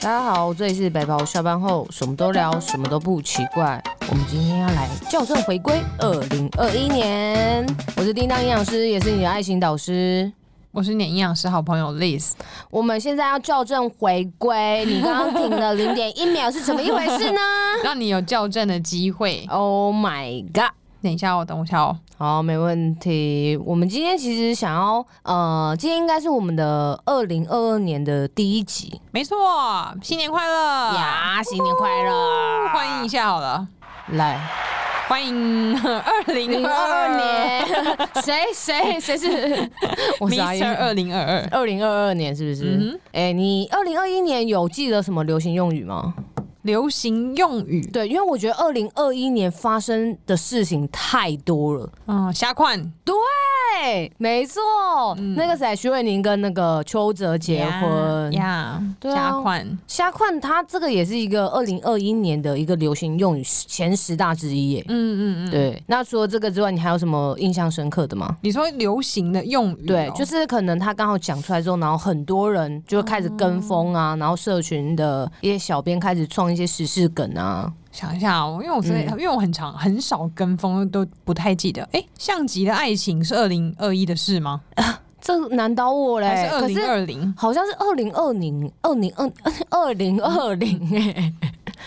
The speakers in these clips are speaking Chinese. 大家好，这里是白袍下班后，什么都聊，什么都不奇怪。我们今天要来校正回归二零二一年，我是叮当营养师，也是你的爱情导师。我是你的营养师好朋友 Liz，我们现在要校正回归，你刚刚停 了零点一秒是怎么一回事呢让你有校正的机会。 ？Oh my god！等一下哦，等我一下哦。好，没问题。我们今天其实想要，呃，今天应该是我们的二零二二年的第一集没错，新年快乐！呀，新年快乐！哦欢迎一下好了，来，欢迎二零零二二二二年年，谁谁谁是？ 我傻，Mr. 眼。二零二二。二零二二年是不嗯是哼？哎、你二零二一年有记得什么流行用语吗？流行用语，对，因为我觉得二零二一年发生的事情太多了。嗯，虾款对，哎没错，那个谁，徐伟宁跟那个邱泽结婚，呀，对啊虾款虾款，它这个也是一个二零二一年的一个流行用语前十大之一耶。嗯嗯嗯，对，那除了这个之外，你还有什么印象深刻的吗？你说流行的用语哦，对，就是可能他刚好讲出来之后，然后很多人就开始跟风哦啊，然后社群的一些小编开始创一些时事梗啊。想一下哦，因为我是、嗯因为我很常很少跟风，都不太记得。哎、像极的爱情是二零二一的事吗？这难倒我嘞还是！二可零是二零？好像是二零二零、二零二、二零二 零哎。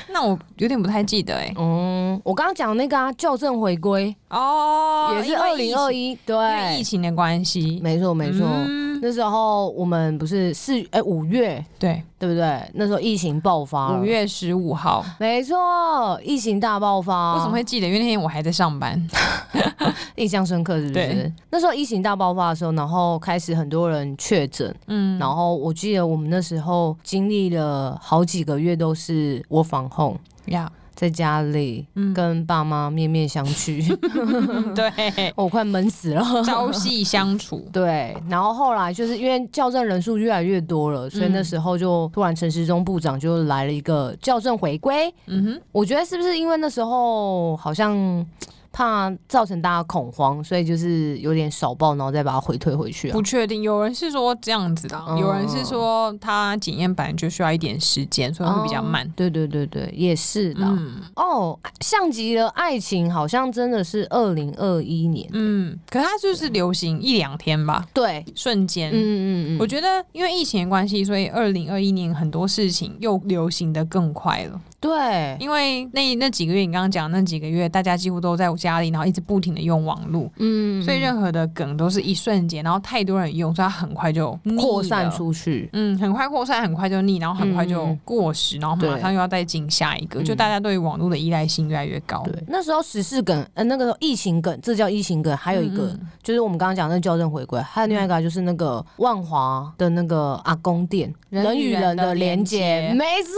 那我有点不太记得哎、嗯，我刚刚讲那个啊，校正回归哦，也是因二为疫零情二一，因为疫对，情的关系，没错没错。嗯那时候我们不是四哎五月对，对不对？那时候疫情爆发了，五月十五号。没错，疫情大爆发。为什么会记得？因为那天我还在上班。印象深刻？是不是对？那时候疫情大爆发的时候，然后开始很多人确诊，嗯，然后我记得我们那时候经历了好几个月都是我防控。呀，在家里嗯跟爸妈面面相 觑，对，我快闷死了。 朝夕相处。对，然后后来就是因为校正人数越来越多了，嗯所以那时候就突然陈时中部长就来了一个校正回归。 嗯哼，我觉得是不是因为那时候好像怕造成大家恐慌，所以就是有点少报，然后再把它回推回去啊不？确定。有人是说这样子的啊，嗯有人是说他检验本来就需要一点时间，所以会比较慢。哦对对对对，也是的。嗯。哦，像极了爱情，好像真的是二零二一年。嗯，可是它就是流行一两天吧，对，瞬间。嗯嗯嗯我嗯，觉得因为疫情的关系，所以二零二一年很多事情又流行的更快了。对，因为那那几个月，你刚刚讲那几个月，大家几乎都在我家里，然后一直不停的用网络，嗯，所以任何的梗都是一瞬间，然后太多人用，所以它很快就腻了扩散。出去。嗯，很快扩散，很快就腻，然后很快就嗯过时，然后马上又要再进下一个，对就大家对于网络的依赖性越来越高。对，那时候时事梗，呃，那个时候疫情梗，这叫疫情梗，还有一个、嗯嗯就是我们刚刚讲的那校正回归，还有另外一个啊就是那个万华的那个阿公店，人人与与人人的的连连接接，没错，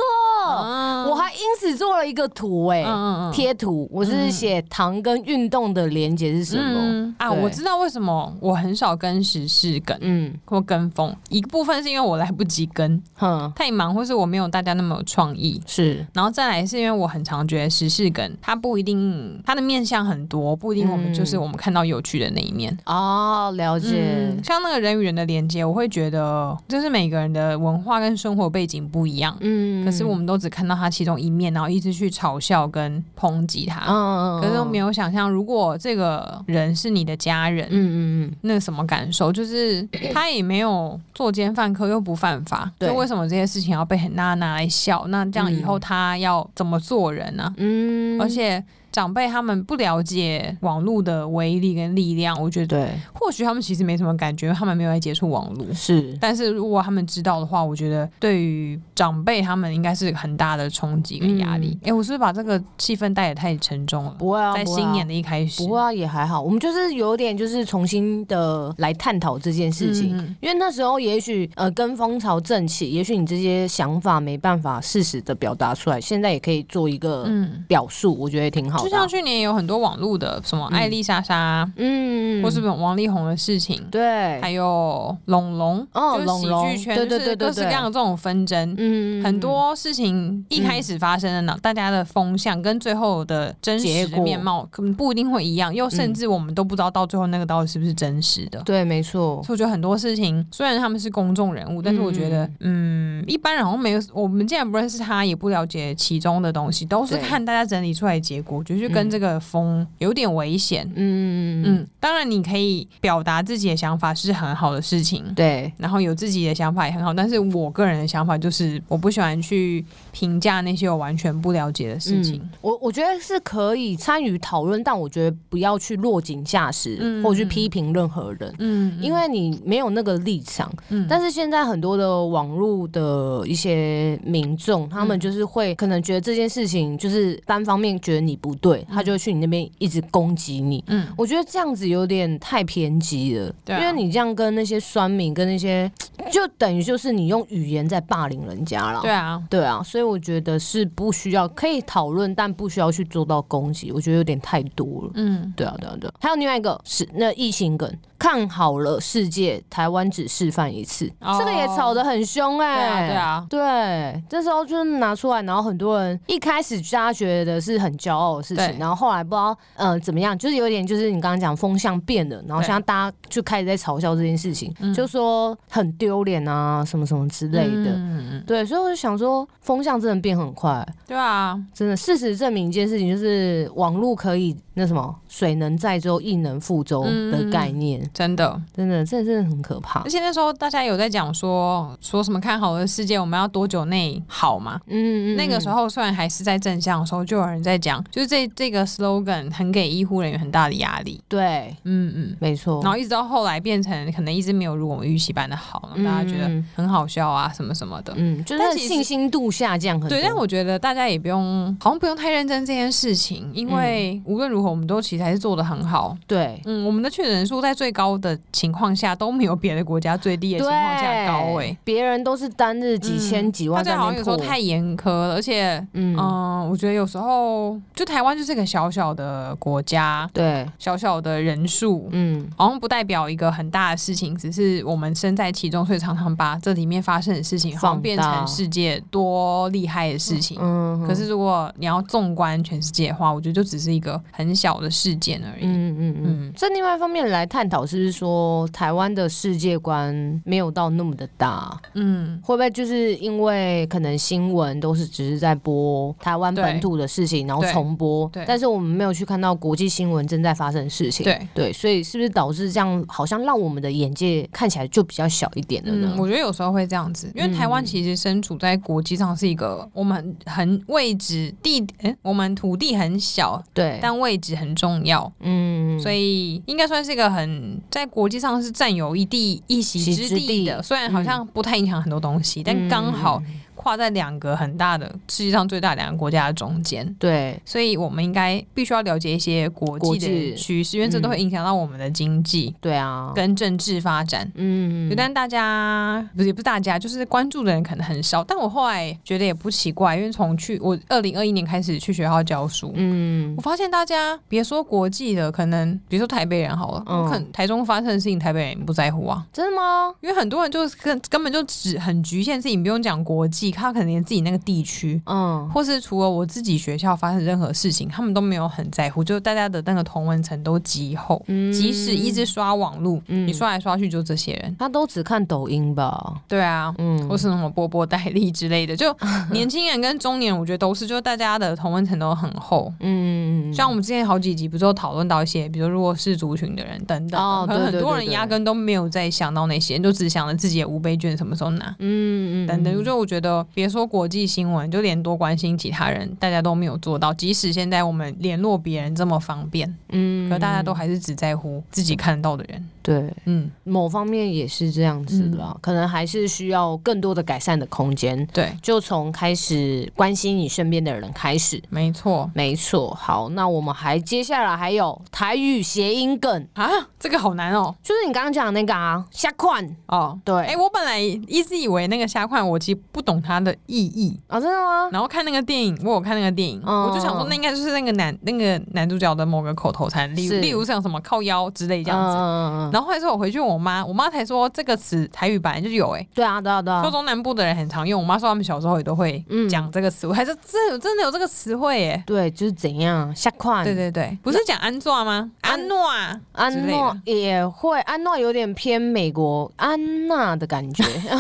嗯我还因此做了一个图、哎、嗯嗯贴图，我是写糖跟运动的连接是什么？嗯、啊，对我知道为什么我很少跟时事梗嗯或跟风，一部分是因为我来不及跟，哼，太忙，或是我没有大家那么有创意。是，然后再来是因为我很常觉得时事梗，它不一定它的面向很多，不一定我们嗯就是我们看到有趣的那一面。哦，了解嗯，，像那个人与人的连接，我会觉得就是每个人的文化跟生活背景不一样，嗯，可是我们都只看到它其中一面，然后一直去嘲笑跟抨击它。嗯，嗯嗯，可是我没有，有想象，如果这个人是你的家人，嗯嗯那什么感受？就是他也没有作奸犯科，又不犯法，对就为什么这些事情要被很大家拿来笑？那这样以后他要怎么做人呢、嗯嗯，而且长辈他们不了解网络的威力跟力量，我觉得对，或许他们其实没什么感觉，因为他们没有在接触网络。是，但是如果他们知道的话，我觉得对于长辈他们应该是很大的冲击跟压力。哎、我是不是把这个气氛带得太沉重了？嗯不会啊，在不会新啊年的一开始，不会啊，也还好。我们就是有点就是重新的来探讨这件啊事情，嗯嗯因为那时候也许呃跟风潮正起，也许你这些想法没办法适时的表达出来，现在也可以做一个嗯表述，我觉得也挺好好就的啊、像去年有很多网络的什么艾丽莎莎，嗯，或是王力宏的事情，对，还有龙龙，哦就是龙喜龙剧圈，对对就是对对各式各对样的这种纷争。嗯很多事情一开始发生的呢，大家的风向跟最后的真结实的果嗯面貌可能不一定会一样，又甚至我们都不知道到最后那个到底是不是真实的。对，没错，所以我觉得很多事情，虽然他们是公众人物，但是我觉得，嗯一般人好像没有，我们既然不认识他，也不了解其中的东西，都是对看大家整理出来的结果，我觉得就跟这个风有点危险。嗯嗯，嗯，当然你可以表达自己的想法是很好的事情，对，然后有自己的想法也很好，但是我个人的想法就是，我不喜欢去评价那些我完全不了解的事情。嗯我我觉得是可以参与讨论，但我觉得不要去落井下石，嗯或者去批评任何人。嗯，因为你没有那个立场，嗯但是现在很多的网络的一些民众，他嗯们就是会可能觉得这件事情就是单方面觉得你不对，他就会去你那边一直攻击你。嗯我觉得这样子有点太偏激了，对啊因为你这样跟那些酸民跟那些，就等于就是你用语言在霸凌人家了。对啊，对啊，所以我觉得是不需要可以讨论，但不需要去做到攻击，我觉得有点太多了。嗯对啊，对啊，对啊。还有另外一个是那疫情梗，看好了世界，台湾只示范一次，哦这个也吵得很凶对啊哎、对。啊，对，这时候就是拿出来，然后很多人一开始大家觉得是很骄傲的事对情，然后后来不知道嗯、呃怎么样，就是有点就是你刚刚讲风向变了，然后对现在大家就开始在嘲笑这件事情，嗯就说很丢脸啊什么什么之类的。嗯、对，所以我就想说，风向真的变很快，对啊，真的。事实证明一件事情，就是网络可以那什么，水能载舟，亦能覆舟嗯的概念，真的。真的，这真的很可怕而。且那时候大家有在讲说说什么看好的世界，我们要多久内好嘛？嗯那个时，候虽然还是在正向的时候，就有人在讲，就是这这个 slogan 很给医护人员很大的压力。对，嗯嗯。没错。然后一直到后来变成可能一直没有如我们预期般的好，嗯让大家觉得很好笑啊什么什么的。嗯，就是但那其实信心度下降很多。对，但我觉得大家也不用，好像不用太认真这件事情，因嗯为无论如何，我们都其实还是做的很好。对嗯，我们的确诊人数在最高的情况下都没有别的国家最低的情况下高欸诶、对，别人都是单日几千几大万在家好那像边有时候破，太严苛了，而且，嗯嗯、我觉得有时候就台湾就是个小小的国家，对，小小的人数，嗯好像不代表一个很大的事情，只是我们身在其中，所以常常把这里面发生的事情，好放大像变成世界多厉害的事情。嗯，可是如果你要纵观全世界的话，我觉得就只是一个很小的事件而已。嗯嗯嗯嗯嗯。这另外一方面来探讨，是不是说台湾的世界观没有到那么的大？嗯，会不会就是因为可能新闻都是只是在播台湾本土的事情，然后重播对，对但是我们没有去看到国际新闻正在发生的事情。对。所以是不是导致这样，好像让我们的眼界看起来就比较小一点了呢嗯嗯，？我觉得有时候会这样子，因为台湾其实身处在国际上是一个我们很位置地，诶我们土地很小，对，但位置很重要，嗯，所以以应该算是一个很在国际上是占有一地一席之地席之地嗯的。虽然好像不太影响很多东西，但刚好跨在两个很大的世界上最大两个国家的中间。对，所以我们应该必须要了解一些国国际际嗯的趋势，因为这都会影响到我们的经济对啊，跟政治发展。嗯，但大家不是也不是大家，就是关注的人可能很少。但我后来觉得也不奇怪，因为从去我二零二一年开始去学校教书，嗯我发现大家别说国际的，可能比如说台北人好了，嗯可能台中发生的事情，台北人不在乎啊，真的吗？因为很多人就是根根本就只很局限自己，不用讲国际，他可能连自己那个地区。嗯，或是除了我自己学校发生任何事情，他们都没有很在乎，就是大家的那个同文层都极厚，嗯即使一直刷网络，嗯你刷来刷去就这些人。他都只看抖音吧？对啊，嗯，或是什么波波戴利之类 的，就年轻人跟中年人，我觉得都是，就大家的同温层都很厚。嗯，像我们之前好几集不是有讨论到一些，比如弱势族群的人等等的，哦可能对对很多对人对压根都没有在想到那些，就只想着自己的五倍券什么时候拿。嗯嗯等等，就我觉得，别说国际新闻，就连多关心其他人，大家都没有做到。即使现在我们联络别人这么方便，嗯可大家都还是只在乎自己看到的人。对。嗯，某方面也是这样子啦，可能还是需要更多的改善的空间，对，就从开始关心你身边的人开始。没错没错，好，那我们还接下来还有台语谐音梗，啊，这个好难哦。就是你刚刚讲的那个啊，下款，哦，对，哎、我本来一直以为那个虾块，我其实不懂它的意义。啊、真的吗？然后看那个电影，我有看那个电影，嗯我就想说，那应该就是那个男那个男主角的某个口头禅，例如是例如像什么靠腰之类这样子。嗯嗯嗯嗯然后后来之后我回去问我妈，我妈才说这个词台语版就有哎、对啊，对啊，对高啊。中南部的人很常用。我妈说他们小时候也都会嗯讲这个词汇，还是真的有真的有这个词汇耶。对，啊就是怎样下款。对对对，不是讲安坐吗？安诺啊，之安类的诺也会，安诺有点偏美国安娜的感觉，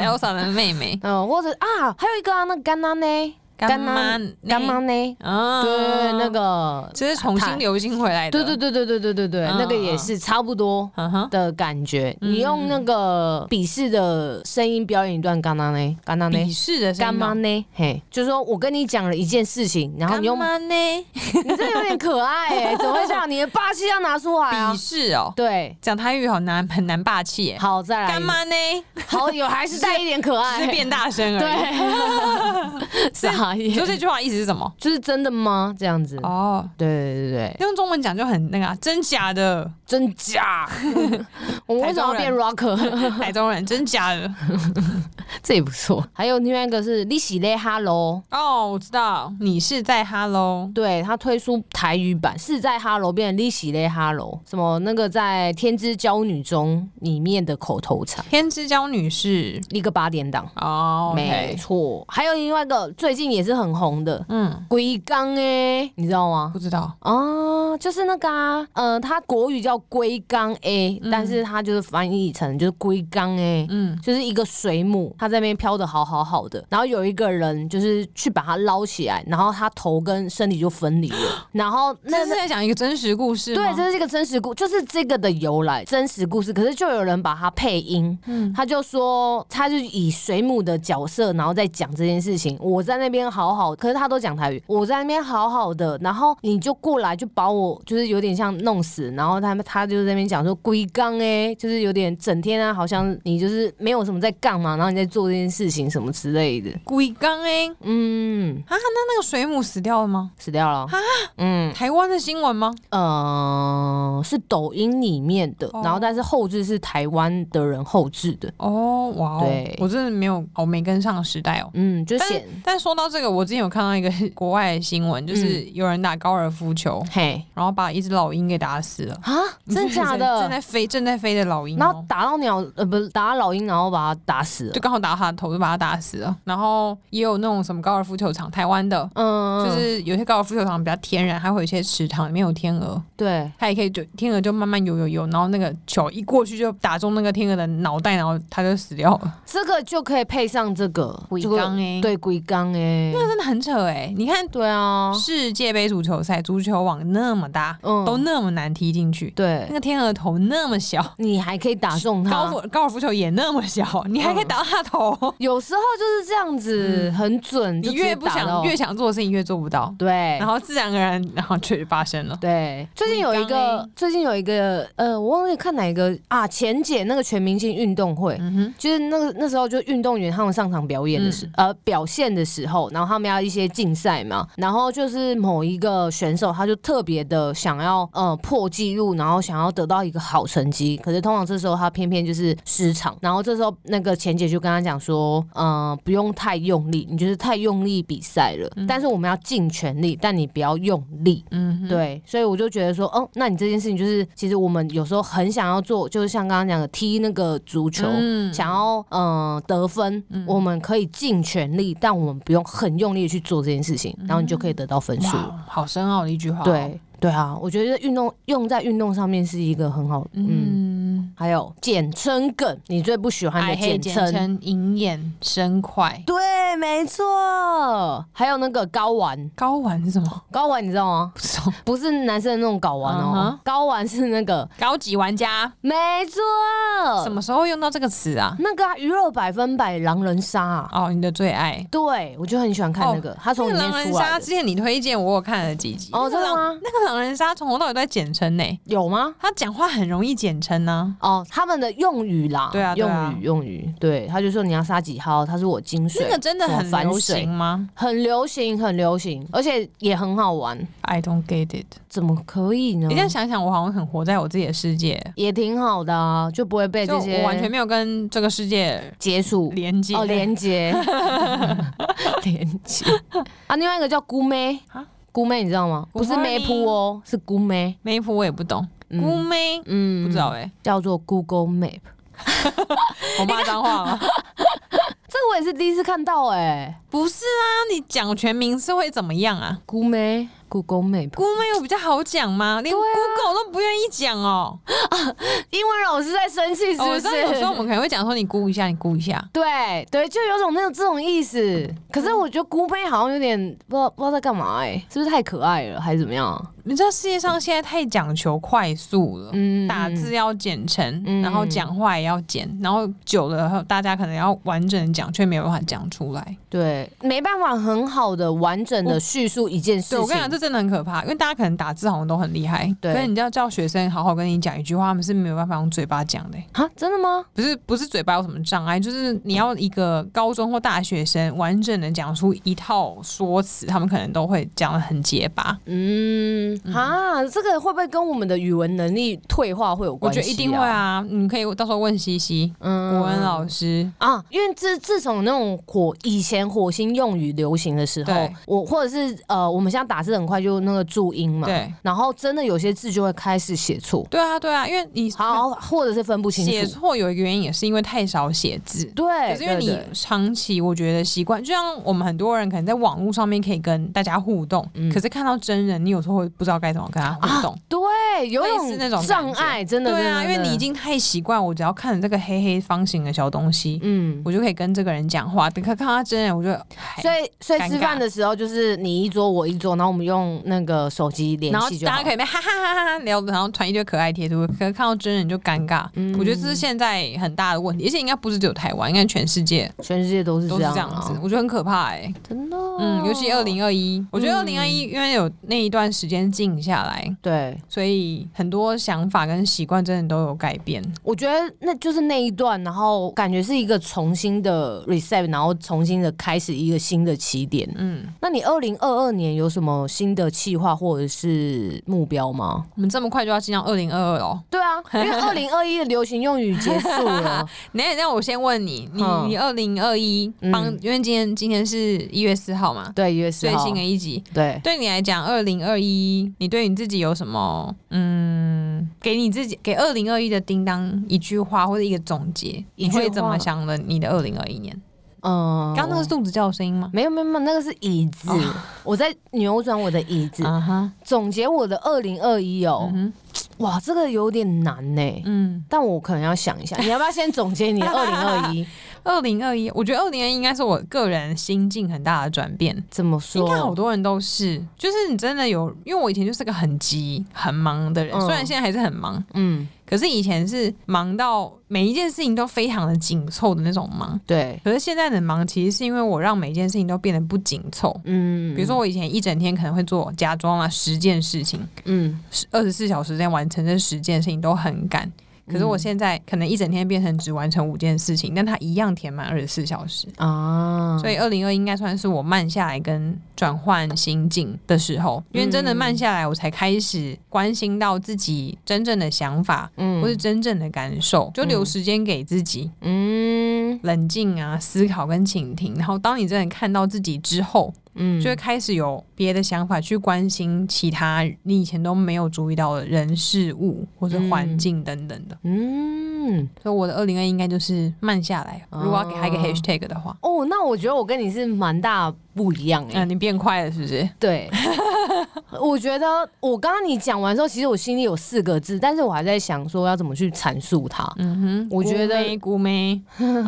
，Elsa 的妹妹，嗯，或者啊，还有一个啊，那个干妈呢，干妈，干妈，呢，啊，对，那，个，这是重新流行回来的，对对，对对对对对对，嗯那个也是差不多嗯哼，的感觉。嗯你用那个鄙视的声音表演一段干妈呢，干妈鄙呢。视的干声音妈哦。呢？嘿，就是说我跟你讲了一件事情，然后干你用，妈 呢？你这有点可爱 哎、怎么会这样？你的霸气要拿出来啊鄙！视哦，对，讲台语好难，很难霸气耶。好，再来干一个妈呢？好有还是带一点可只是爱，变大声而已。对， 傻你说眼，这句话意思是什么？就是真的吗？这样子，哦，对对对对，用中文讲就很那个啊，真假的，真 假，我们为什么要变 rocker？台中人真假的。这也不错。还有另外一个是利喜嘞哈喽，哦，我知道，你是在哈喽。对他推出台语版是在哈喽变成利喜嘞哈喽，什么那个在《天之娇女》中里面的口头禅，天之娇女是一个八点档。哦没，OK，错，还有另外一个最近也是很红的嗯， 《龟缸》哎，你知道吗？不知道，哦，就是那个啊，嗯呃，它国语叫龟缸 A，、但是它就是翻译成就是龟缸 A，、嗯，就是一个水母，它在那边飘的好好好的，然后有一个人就是去把它捞起来，然后它头跟身体就分离了，然后那那是那。在讲一个真实故事吗对，这是一个真实故，就是这个的由来，真实故事。可是就有人把它配音，嗯他就说，他就以水母的角色，然后再讲这件事情。我在那边好好，可是他都讲台语，我在那边好好的，然后你就过来就把我就是有点像弄死，然后他们他就在那边讲说龟缸哎，就是有点整天啊，好像你就是没有什么在干嘛，然后你在做这件事情什么之类的。鬼刚哎，嗯，那个水母死掉了吗？死掉了。嗯，台湾的新闻吗？呃，是抖音里面的，哦然后但是后置是台湾的人后置的。哦，哇哦对，我真的没有，哦，没跟上时代哦。嗯，就但显但说到这个，我之前有看到一个国外的新闻，就是嗯有人打高尔夫球，嘿然后把一只老鹰给打死了。啊，真假的？正在飞正在飞的老鹰、哦，然后打到鸟，呃，不是打到老鹰，然后把它打死了就。刚好打他的头，就把他打死了。然后也有那种什么高尔夫球场，台湾的，嗯，就是有些高尔夫球场比较天然，还会有一些池塘里面有天鹅，对，它也可以就天鹅就慢慢游游游，然后那个球一过去就打中那个天鹅的脑袋，然后它就死掉了。这个就可以配上这个鬼这个缸欸对，龟缸哎，真的很扯哎、你看对啊，世界杯足球赛，足球网那么大，嗯都那么难踢进去，那对，个天鹅头那么小，你还可以打中高它尔。夫高尔夫球也那么小，你还可以打到它头。有时候就是这样子，很准，嗯就嗯你直接越不打想到越想做的事情越做不到，对然。后自然而然，然后却发生了。对，最近有一龟缸个欸，最近有一个，呃，我忘记看哪一个啊，前姐那个全明星运动会，嗯哼，就是那个那时候，就运动员他们上场表演的时、嗯呃表现的时候，然后他们要一些竞赛嘛，然后就是某一个选手他就特别的想要呃破纪录，然后想要得到一个好成绩，可是通常这时候他偏偏就是失常，然后这时候那个钱姐就跟他讲说，嗯、不用太用力，你就是太用力比赛了，但是我们要尽全力，但你不要用力。嗯哼，对，所以我就觉得说，哦，那你这件事情就是，其实我们有时候很想要做，就是像刚刚讲的踢那个足球，嗯想要嗯、呃得分，我们可以尽全力，但我们不用很用力地去做这件事情，然后你就可以得到分数了。嗯哇，好深奥的一句话、，哦对对啊，我觉得运动用在运动上面是一个很好，嗯。嗯，还有简称梗，你最不喜欢矮的黑简简称。称银眼生快。对，没错。还有那个睾丸，睾丸是什么？睾丸你知道吗？不知道不是男生的那种睾丸啊哦，睾丸是那个， 高级玩家没错。呃什么时候用到这个词啊？那个啊娱乐百分百狼人杀啊，哦，你的最爱。对我就很喜欢看那个，他哦那从个里面狼人出来杀的之前你推荐我，我看了几集。哦那个真的狼吗那个狼人杀从头到尾都在简称呢，有吗？他讲话很容易简称呢、啊哦，他们的用语啦，对啊对用啊语用语，对，他就说你要杀几号，他是我金水，那个真的什么很反流水行吗很流行，很流行，而且也很好玩， ？I don't get it。怎么可以呢你？这样想想，我好像很活在我自己的世界，也挺好的啊，就不会被就这我些完全没有跟这个世界结束连接。哦，连 接连接啊，另外一个叫姑妹啊姑妹你知道吗？ Good 不是妹铺哦，是姑妹，妹夫我也不懂，嗯姑妹嗯，不知道哎、叫做 Google Map，嗯我骂脏话哦吗？这个我也是第一次看到哎，不是啊，你讲全名是会怎么样啊？姑妹 Google Map，姑妹有比较好讲吗？连啊 Google 都不愿意讲哦。英文老师在生气是哦我不知道有时候我是？们可能会讲说你估一下，你估一下。对对，就有种那种这种意思。可是我觉得姑妹好像有点不知道不知道在干嘛哎，是不是太可爱了还是怎么样啊？你知道世界上现在太讲求快速了。嗯打字要简成，嗯然后讲话也要简，然后久了后大家可能要完整地讲，却没有办法讲出来。对，没办法很好的完整的叙述一件事对情。我跟你讲，这真的很可怕，因为大家可能打字好像都很厉害，对可是你要叫学生好好跟你讲一句话，他们是没有办法用嘴巴讲的、啊，真的吗？不是不是嘴巴有什么障碍，就是你要一个高中或大学生完整的讲出一套说辞，他们可能都会讲的很结巴。嗯，啊，这个会不会跟我们的语文能力退化会有我关系、觉得一定会，啊，你可以到时候问西西、嗯国文老师，啊，因为自自从那种火以前火星用语流行的时候对，我或者是呃，我们现在打字很快就那个注音嘛，对然后真的有些字就会开始写错，对啊对啊，因为你好，或者是分不清写楚，错有一个原因也是因为太少写字。对，可是因为对你对长期我觉得习惯，就像我们很多人可能在网络上面可以跟大家互动，嗯可是看到真人，你有时候会不知道该怎么跟他互动。啊对有类似那种感觉障碍，真的，对啊，因真的为你已，经太习惯，我只要看着这个黑黑方形的小东西，嗯。我就可以跟这个人讲话。等看看他真人，我就嗨所以，所以尴吃尬饭的时候就是你一桌我一桌，然后我们用那个手机联然后系就好。大家可以在哈哈哈哈哈聊，然后传一堆可爱贴图，可是看到真人就尴尬。我觉得这是现在很大的问题，而且应该不是只有台湾，应该全世界全世界都是都这是样,、啊哦这样子，我觉得很可怕哎、真的哦、嗯，尤其二零二一，我觉嗯得二零二一因为有那一段时间静下来，对，所以很多想法跟习惯真的都有改变。我觉得那就是那一段，然后感觉是一个重新的 reset，然后重新的开始一个新的起点。嗯，那你二零二二年有什么新的计划或者是目标吗？我们这么快就要进到二零二二了，哦对啊，因为二零二一的流行用语结束了，那那我先问你，你嗯你二零二一嗯帮，因为今天今天是一月四号嘛， 对，一月四最号新的，一集，对，对你来讲，二零二一，你对你自己有什么？嗯，给你自己给二零二一的叮当一句话或者一个总结，一你句话会怎么想的？你的二零二一年？嗯，刚刚那个是哦肚子叫的声音吗？没有没有没有，那个是椅子，我在扭转我的椅子，啊哈，总结我的二零二一哦嗯，哼哇，这个有点难呢、嗯，但我可能要想一 下，你要不要先总结你的二零二一？二零二一，我觉得二零二一应该是我个人心境很大的转变。怎么应该好说？多人都是，就是你真的有，因为我以前就是个很急、很忙的人，嗯虽然现在还是很忙，嗯，可是以前是忙到每一件事情都非常的紧凑的那种忙。对，可是现在的忙，其实是因为我让每一件事情都变得不紧凑。嗯，比如说，，我以前一整天可能会做家装啊十件事情，嗯，二十四小时之内完成这十件事情都很赶。可是我现在可能一整天变成只完成五件事情，但它一样填满二十四小时。啊，所以二零二应该算是我慢下来跟转换心境的时候，因为真的慢下来，我才开始关心到自己真正的想法，嗯或是真正的感受，就留时间给自己。嗯冷静啊，思考跟倾听，然后当你真的看到自己之后，嗯，就会开始有别的想法去关心其他你以前都没有注意到的人、事物或是环境等等的。嗯，所以我的二零二应该就是慢下来。哦如果要给他一个 hashtag 的话，哦，那我觉得我跟你是蛮大不一样嗯、哎、你变快了是不是？对，我觉得我刚刚你讲完之后，其实我心里有四个字，但是我还在想说要怎么去阐述它。嗯哼，我觉得姑妹姑妹，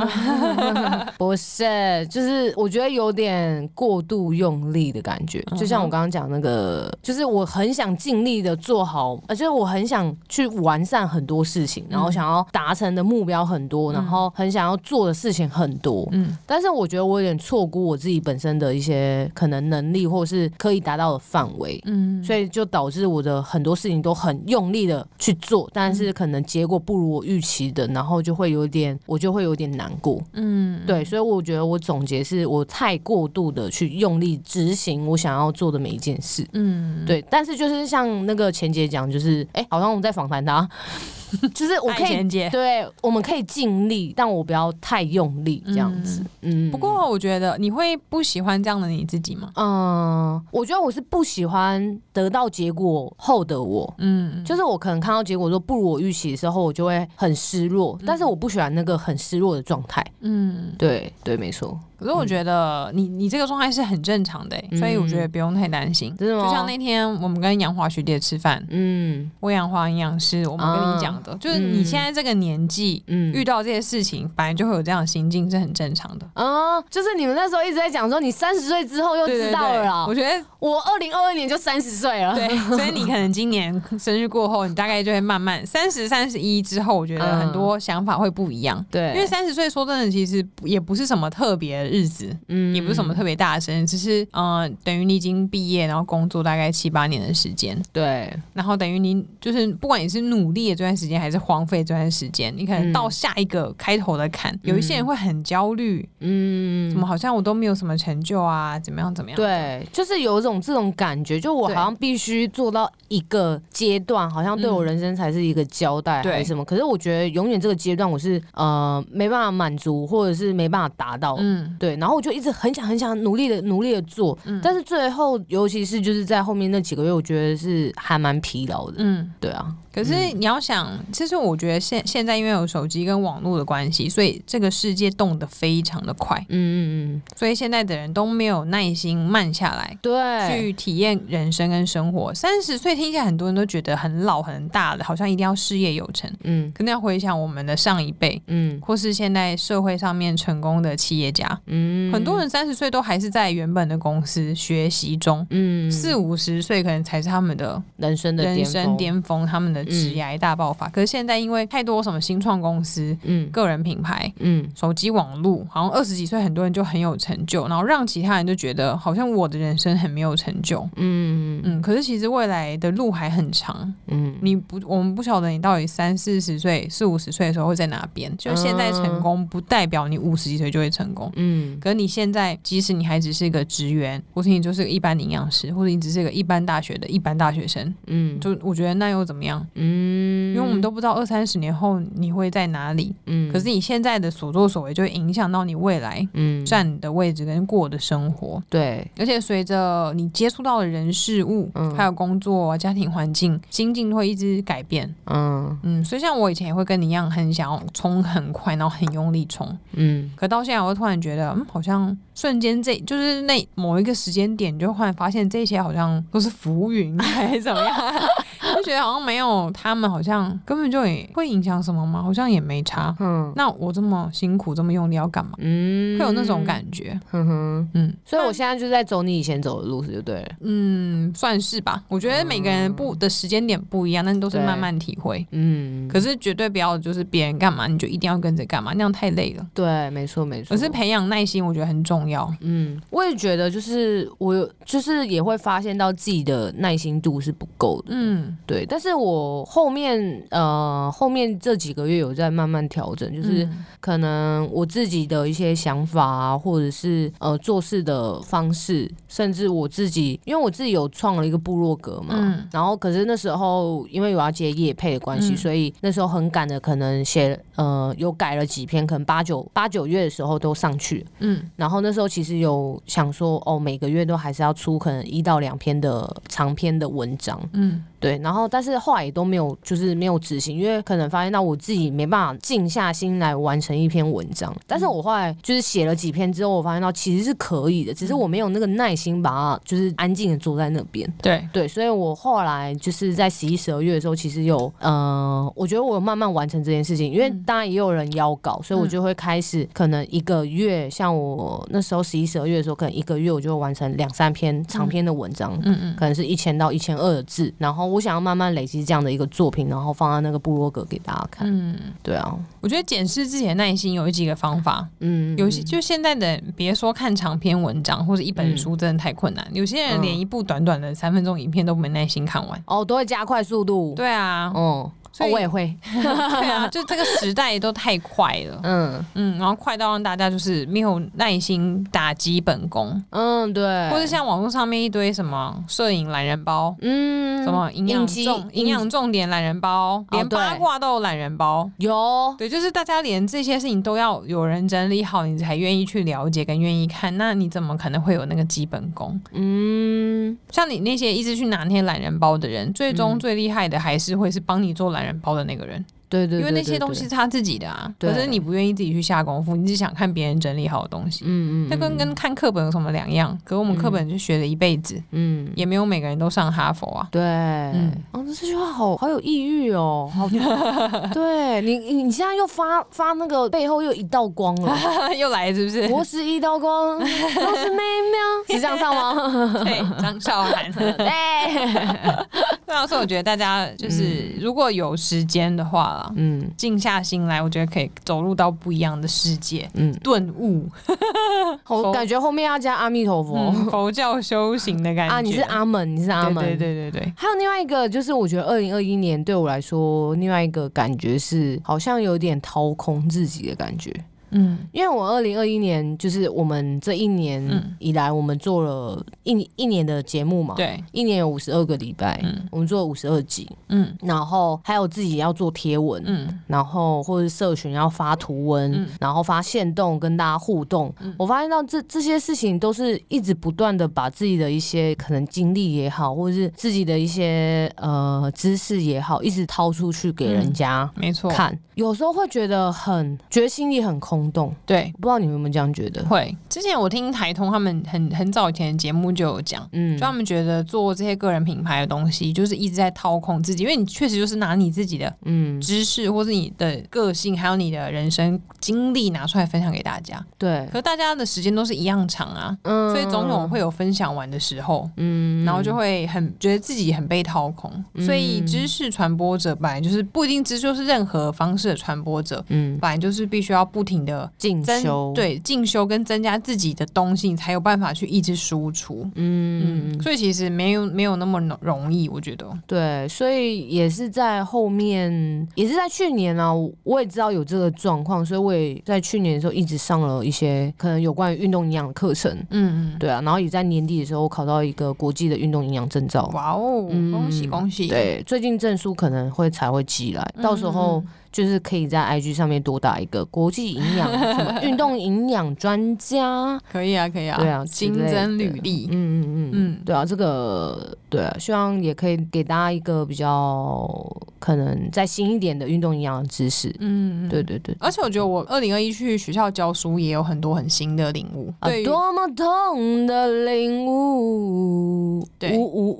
不是，就是我觉得有点过度用力的感觉，就像我刚刚讲那个，就是我很想尽力的做好，而且我很想去完善很多事情，然后想要达成的目标很多，然后很想要做的事情很多，嗯但是我觉得我有点错估我自己本身的一一些可能能力或是可以达到的范围，嗯，所以就导致我的很多事情都很用力的去做，但是可能结果不如我预期的，然后就会有点，我就会有点难过。嗯，对，所以我觉得我总结是我太过度的去用力执行我想要做的每一件事。嗯，对，但是就是像那个钱姐讲，就是哎、好像我们在访谈他， 就是我可爱以钱姐对，我们可以尽力，但我不要太用力这样子。嗯，不过我觉得你会不喜欢这样的你自己吗？嗯，我觉得我是不喜欢得到结果后的我。嗯，就是我可能看到结果说不如我预期的时候，我就会很失落，但是我不喜欢那个很失落的状态。嗯，对对，没错，可是我觉得你你这个状态是很正常的欸、所以我觉嗯得不用太担心。真的吗？就像那天我们跟杨华学姐吃饭，嗯魏阳华营养师，我们跟你讲的，就是你现在这个年纪。啊嗯遇到这些事情，本来就会有这样的心境，是很正常的。啊、就是你们那时候一直在讲说你三十岁之后又对对知道了啦对我，觉得我二零二二年就三十岁了。 对，所以你可能今年生日过后，你大概就会慢慢三十、三十一之后，我觉得嗯很多想法会不一样。对，因为三十岁说真的，其实也不是什么特别的日子，嗯也不是什么特别大的生日，只是嗯、呃等于你已经毕业，然后工作大概七八年的时间，对，然后等于你就是不管你是努力的这段时间，还是荒废这段时间，你可能嗯到下一个开头的坎，有一些人会很焦虑，嗯怎么好像我都没有什么成就啊，怎么样怎么样？，对，就是有一种这种感觉，就我对好像必须做到一个阶段，好像对我嗯人生才是一个交代对还是什么。可是我觉得永远这个阶段我是呃没办法满足，或者是没办法达到。嗯，对，然后我就一直很想很想努力的努力的做，但是最后，尤其是就是在后面那几个月，我觉得是还蛮疲劳的。嗯。对啊，可是你要想，其实我觉得现现在因为有手机跟网络的关系，所以这个世界动得非常的快，嗯嗯嗯，所以现在的人都没有耐心慢下来，对，去体验人生跟生活。三十岁听起来很多人都觉得很老很大了，好像一定要事业有成。嗯可能要回想我们的上一辈，嗯或是现在社会上面成功的企业家，嗯，很多人三十岁都还是在原本的公司学习中。嗯四五十岁可能才是他们的人生的人巅生峰嗯巅峰，他们的职业大爆发。可是现在因为太多什么新创公司、嗯个人品牌、嗯手机网络，好像二十几岁很多人就很有成就，然后让其他人就觉得好像我的人生很没有成就。嗯嗯，可是其实未来的路还很长，嗯，你不，我们不晓得你到底三四十岁、四五十岁的时候会在哪边。就现在成功，不代表你五十几岁就会成功。嗯可是你现在，即使你还只是一个职员，或是你就是个一般的营养师，或者你只是个一般大学的一般大学生，嗯就我觉得那又怎么样？嗯，因为我们都不知道二三十年后你会在哪里。嗯，可是你现在的所作所为，就会影响到你未来嗯站你的位置跟过的生活。对，而且随着你接触到的人事物，嗯还有工作、啊家庭环境，心境会一直改变。嗯嗯，所以像我以前也会跟你一样，很想要冲很快，然后很用力冲。嗯可到现在，我会突然觉得，嗯，好像瞬间这就是那某一个时间点，就忽然发现这些好像都是浮云还是怎么 样，就觉得好像没有他们，好像根本就也会影响什么吗？好像也没差。嗯那我这么辛苦，这么用力要干嘛？嗯，会有那种，感觉，哼哼。嗯所以我现在就是在走你以前走的路，就对了。嗯，算是吧。我觉得每个人不的时间点不一样，但都嗯是对慢慢体会。嗯，可是绝对不要就是别人干嘛你就一定要跟着干嘛，那样太累了。对，没错没错。可是培养耐心，我觉得很重要。嗯，我也觉得就是我有，就是也会发现到自己的耐心度是不够的。嗯对，但是我后面呃后面这几个月有在慢慢调整，就是嗯可能我自己的一些想法啊，或者是呃做事的方式，甚至我自己，因为我自己有创了一个部落格嘛，嗯然后可是那时候因为有要接业配的关系，嗯所以那时候很赶的，可能写呃有改了几篇，可能八九八九月的时候都上去，嗯然后那时候其实有想说，哦，每个月都还是要出可能一到两篇的长篇的文章，嗯对，然后但是后来也都没有，就是没有执行，因为可能发现到我自己没办法静下心来完成一篇文章。但嗯是我后来就是写了几篇之后，我发现到其实是可以的，嗯只是我没有那个耐心把它就是安静的坐在那边。对，对，所以我后来就是在十一、十二月的时候，其实有，呃，我觉得我有慢慢完成这件事情，因为嗯当然也有人邀稿，所以我嗯就会开始可能一个月，像我那时候十一、十二月的时候，可能一个月我就会完成两三篇长篇的文章，嗯嗯可能是一千到一千二的字，然后我想要慢慢累积这样的一个作品，然后放在那个部落格给大家看。嗯，对啊，我觉得检视自己的耐心有几个方法，嗯，嗯有些就现在的，别说看长篇文章或者一本书，真的太困难。有些人连一部短短的三分钟影片都没耐心看完。哦都会加快速度。，对啊，嗯，所以哦我也会，对啊，就这个时代都太快了，嗯嗯，然后快到让大家就是没有耐心打基本功，嗯，对，或者像网络上面一堆什么摄影懒人包。嗯什么营养应激重应营养重点懒人包，连哦对哦八卦都有懒人包。有对，就是大家连这些事情都要有人整理好，你才愿意去了解跟愿意看。那你怎么可能会有那个基本功？嗯像你那些一直去拿那些懒人包的人，最终最厉害的还是会是帮你做懒人包的那个人，对对，因为对那些东西，是他自己的啊。对可是你不愿意自己去下功夫，你只想看别人整理好的东对西，嗯嗯，那跟嗯跟看课本有什么两样？可我们课本就学了一辈子，嗯。也没有每个人都上哈佛啊。 对，嗯，哦，这句话好好有抑郁哦，好， 对你，你你现在又发发那个背后又一道光了， 又来是不是？我是一道光，都是妹 妹，是这样唱吗？对，张 韶涵。对对，啊，所以我觉得大家就是如果有时间的话啦，嗯静下心来，我觉得可以走入到不一样的世界，嗯，顿悟。我感觉后面要加阿弥陀佛 嗯佛教修行的感觉啊，你是阿门，你是阿门，对对对对对，还有另外一个，就是我觉得二零二一年对我来说，另外一个感觉是好像有点掏空自己的感觉。嗯因为我二零二一年就是我们这一年嗯以来，我们做了一一年的节目嘛，，对，一年有五十二个礼拜，嗯我们做了五十二集，嗯然后还有自己要做贴文，嗯然后或者社群要发图文，嗯然后发现动跟大家互动。嗯我发现到这这些事情都是一直不断的把自己的一些可能经历也好，或者是自己的一些呃知识也好，一直掏出去给人家没错，看。有时候会觉得很觉得心里很空洞，对，不知道你们有没有这样觉得？会。之前我听台通他们很很早以前的节目就有讲。嗯就他们觉得做这些个人品牌的东西，就是一直在掏空自己，因为你确实就是拿你自己的嗯，知识，或是你的个性，还有你的人生经历拿出来分享给大家。对，可是大家的时间都是一样长啊，嗯所以总有会有分享完的时候。嗯然后就会很觉得自己很被掏空，所以知识传播者本来就是不一定知，就是任何方式的传播者，嗯本来就是必须要不停的进增修，对进修跟增加自己的东西，你才有办法去一直输出。嗯嗯，所以其实没有没有那么容易，我觉得。对，所以也是在后面，也是在去年啊，我我也知道有这个状况，所以我也在去年的时候一直上了一些可能有关于运动营养的课程，嗯嗯，对啊，然后也在年底的时候考到一个国际的运动营养证照。哇哦，嗯恭喜恭喜！，对，最近证书可能会才会寄来，到时候就是可以在 IG 上面多打一个国际营养什么运动营养专家，可以啊，可以啊，对啊之新类增的履历。嗯嗯嗯嗯嗯，对啊，这个对、啊，希望也可以给大家一个比较可能再新一点的运动营养知识。嗯，嗯对。对对，而且我觉得我二零二一去学校教书也有很多很新的领悟，啊对于，多么痛的领悟，对呜呜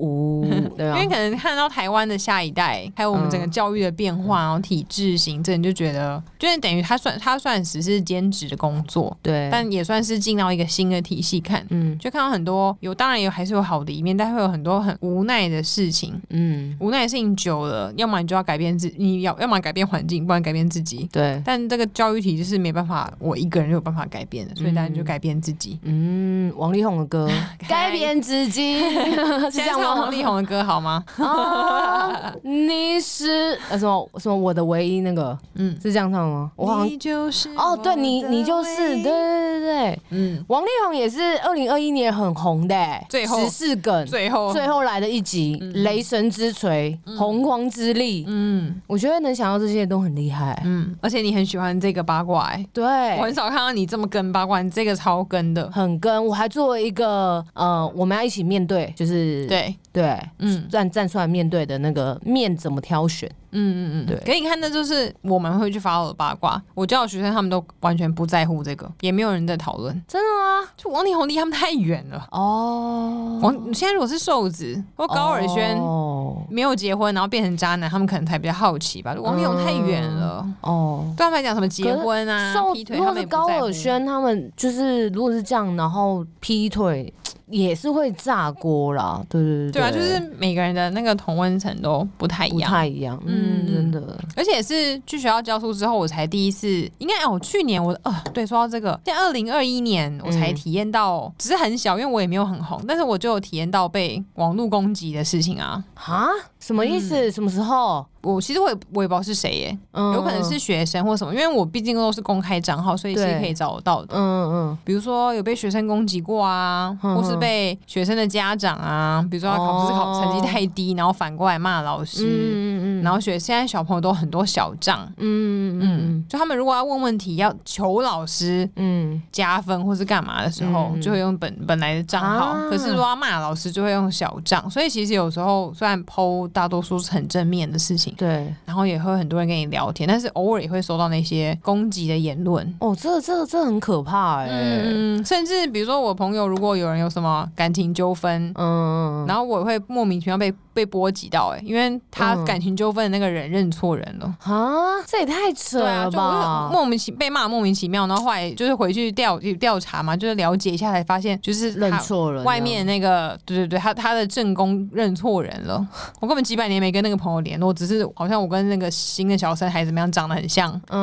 呜， 对因啊为，可能看到台湾的下一代，还有我们整个教育的变化，然后体制行政，就觉得就是等于他算他算只是兼职的工作，对，但也算是进到一个新的体系看，嗯就看到很多有当然有还是有好的一面，但会有很多很无奈的事情。嗯，无奈的事情久了，要么你就要改变自，你要要么改变环境，不然改变自己。对，但这个教育体制是没办法，我一个人就有办法改变的，所以当然就嗯改变自己。嗯，王力宏的 歌改变自己，是这先样唱吗王？力宏的歌好吗？啊，你是呃什么什么我的唯一那个嗯，是这样唱吗？我好像你就是哦，对你你就是对对对对。嗯，王力宏也是二零二一年很红的、欸，最后十四梗最后最后来的一集《雷神之锤》洪荒之力》嗯我觉得能想到这些都很厉害。嗯，而且你很喜欢这个八卦哎、我对，很少看到你这么跟八卦，你这个超跟的，很跟我还做了一个呃，我们要一起面对，就是对，对嗯站站出来面对的那个面怎么挑选。嗯嗯嗯，对可以看，那就是我们会去发我的八卦，我教的学生他们都完全不在乎这个，也没有人在讨论，真的吗？就王力宏离他们太远了。哦，王现在如果是瘦子或高尔宣。哦没有结婚，然后变成渣男，他们可能才比较好奇吧。王力宏太远了，哦。对他们来讲，什么结婚啊、受劈腿，如他果们也是不高在乎尔宣他们，就是如果是这样，然后劈腿，也是会炸锅啦。对对对，对啊，就是每个人的那个同温层都不太一不样。太一样，嗯，嗯真的，而且是去学校教书之后，我才第一次，应该哦，去年我啊、对，说到这个，在二零二一年我才嗯体验到，只是很小，因为我也没有很红，但是我就有体验到被网络攻击的事情啊。啊，什么意思？什么时候？我其实我也我也不知道是谁耶，嗯有可能是，学生或什么，因为我毕竟都是公开账号，所以是对可以找得到的。嗯嗯比如说有被学生攻击过啊，嗯或是被学生的家长啊，比如说他考试哦考成绩太低，然后反过来骂老嗯师，嗯嗯，然后学现在小朋友都很多小账，嗯嗯嗯嗯，就他们如果要问问题要求老师嗯加分或是干嘛的时候，嗯就会用本本来的账号，啊可是如果要骂老师就会用小账，所以其实有时候虽然 PO 大多数是很正面的事情嗯，。对，然后也会很多人跟你聊天，但是偶尔也会收到那些攻击的言论。哦，这这这很可怕哎，嗯嗯，甚至比如说我朋友，如果有人有什么感情纠纷，嗯，然后后我会莫名其妙被被波及到、欸，因为他嗯感情纠纷的那个人认错人了。啊，这也太扯对啊，了就我吧就，莫名其被骂莫名其妙，然后后来就是回去调调查嘛，就是了解一下，才发现就是认他错了，外面那个，对对对，他他的正宫认错人了。我根本几百年没跟那个朋友联络，只是好像我跟那个新的小三还怎么样长得很像，这样，嗯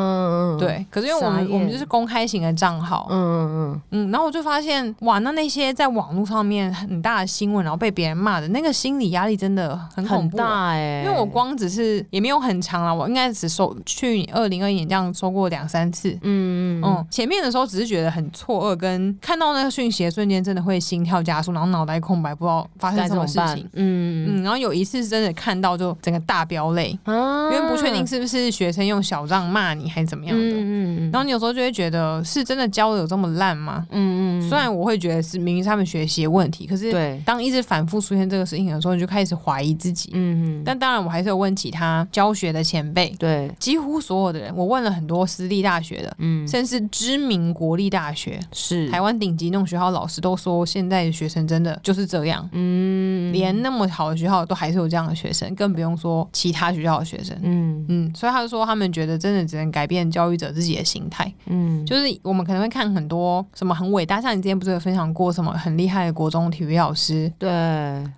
嗯，嗯，对，可是因为我傻们眼我们就是公开型的账号嗯，嗯嗯。嗯，然后我就发现哇，那那些在网络上面很大的新闻，然后被别人骂的那个心理压力真的很恐很怖。啊大哎、因为我光只是也没有很长了，我应该只收去二零二一年这样收过两三次。嗯嗯嗯嗯，前面的时候只是觉得很错愕，跟看到那个讯息的瞬间，真的会心跳加速，然后脑袋空白，不知道发生该什怎么么事办情？。嗯嗯，然后有一次是真的看到就整个大飙泪，嗯啊因为不确定是不是学生用小账骂你还是怎么样的。嗯嗯嗯，然后你有时候就会觉得，是真的教的有这么烂吗？嗯嗯，虽然我会觉得是明明是他们学习的问题，可是对，当一直反复出现这个事情的时候，你就开始怀疑自己。嗯嗯，但当然，我还是有问其他教学的前辈，对，几乎所有的人，我问了很多私立大学的，嗯甚至知名国立大学、是台湾顶级那种学校老师都说，现在的学生真的就是这样，嗯连那么好的学校都还是有这样的学生，更不用说其他学校的学生。嗯嗯，所以他就说，他们觉得真的只能改变教育者自己的心态。嗯就是我们可能会看很多什么很伟大，像你之前不是有分享过什么很厉害的国中体育老师对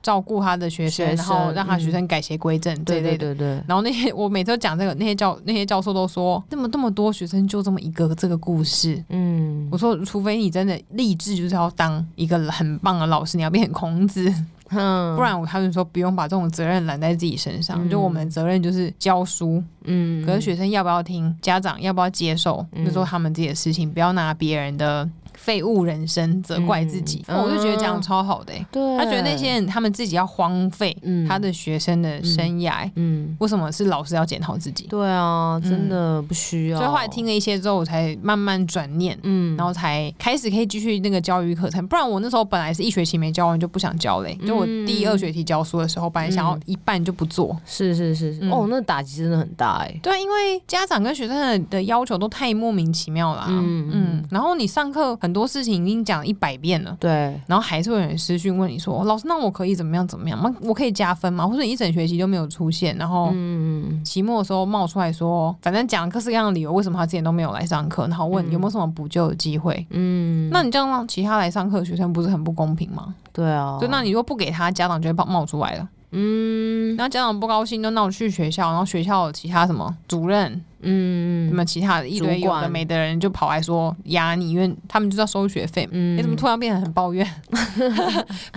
照顾他的学生，学然生后让他学嗯生改邪归正这一对类对的。对对，然后那些我每次都讲这个，那些教那些教授都说，这么这么多学生就这么一个这个故事。嗯我说，除非你真的立志就是要当一个很棒的老师，你要变成孔子，嗯，不然我他们说不用把这种责任揽在自己身上。嗯就我们的责任就是教书，嗯，可是学生要不要听，家长要不要接受，嗯那时候他们自己的事情，不要拿别人的废物人生责怪自己。嗯哦我就觉得这样超好的、欸，对，他觉得那些人他们自己要荒废嗯他的学生的生涯，嗯，为什么是老师要检讨自己？对啊，真的不需要，嗯所以后来听了一些之后，我才慢慢转念。嗯，然后才开始可以继续那个教育课程，不然我那时候本来是一学期没教完就不想教嘞、就我嗯第二学期教书的时候，本来想要一半就不做，是是是嗯是，哦，那打击真的很大哎，对，啊因为家长跟学生的要求都太莫名其妙啦。嗯嗯然后你上课很多事情已经讲一百遍了。对，然后还是会有人私讯问你说：“哦老师，那我可以怎么样怎么样吗？我可以加分吗？”或者你一整学期都没有出现，然后嗯期末的时候冒出来说，反正讲各式各样的理由，为什么他之前都没有来上课，然后问有没有什么补救的机会。嗯，那你这样让其他来上课的学生不是很不公平吗？对啊，对，那你如果不给他，家长就会冒冒出来了。嗯然后家长不高兴，就闹去学校，然后学校有其他什么主任、嗯什么其他的一堆主有管的没的人就跑来说压你，因为他们就要收学费嘛。嗯你、怎么突然变得很 抱怨？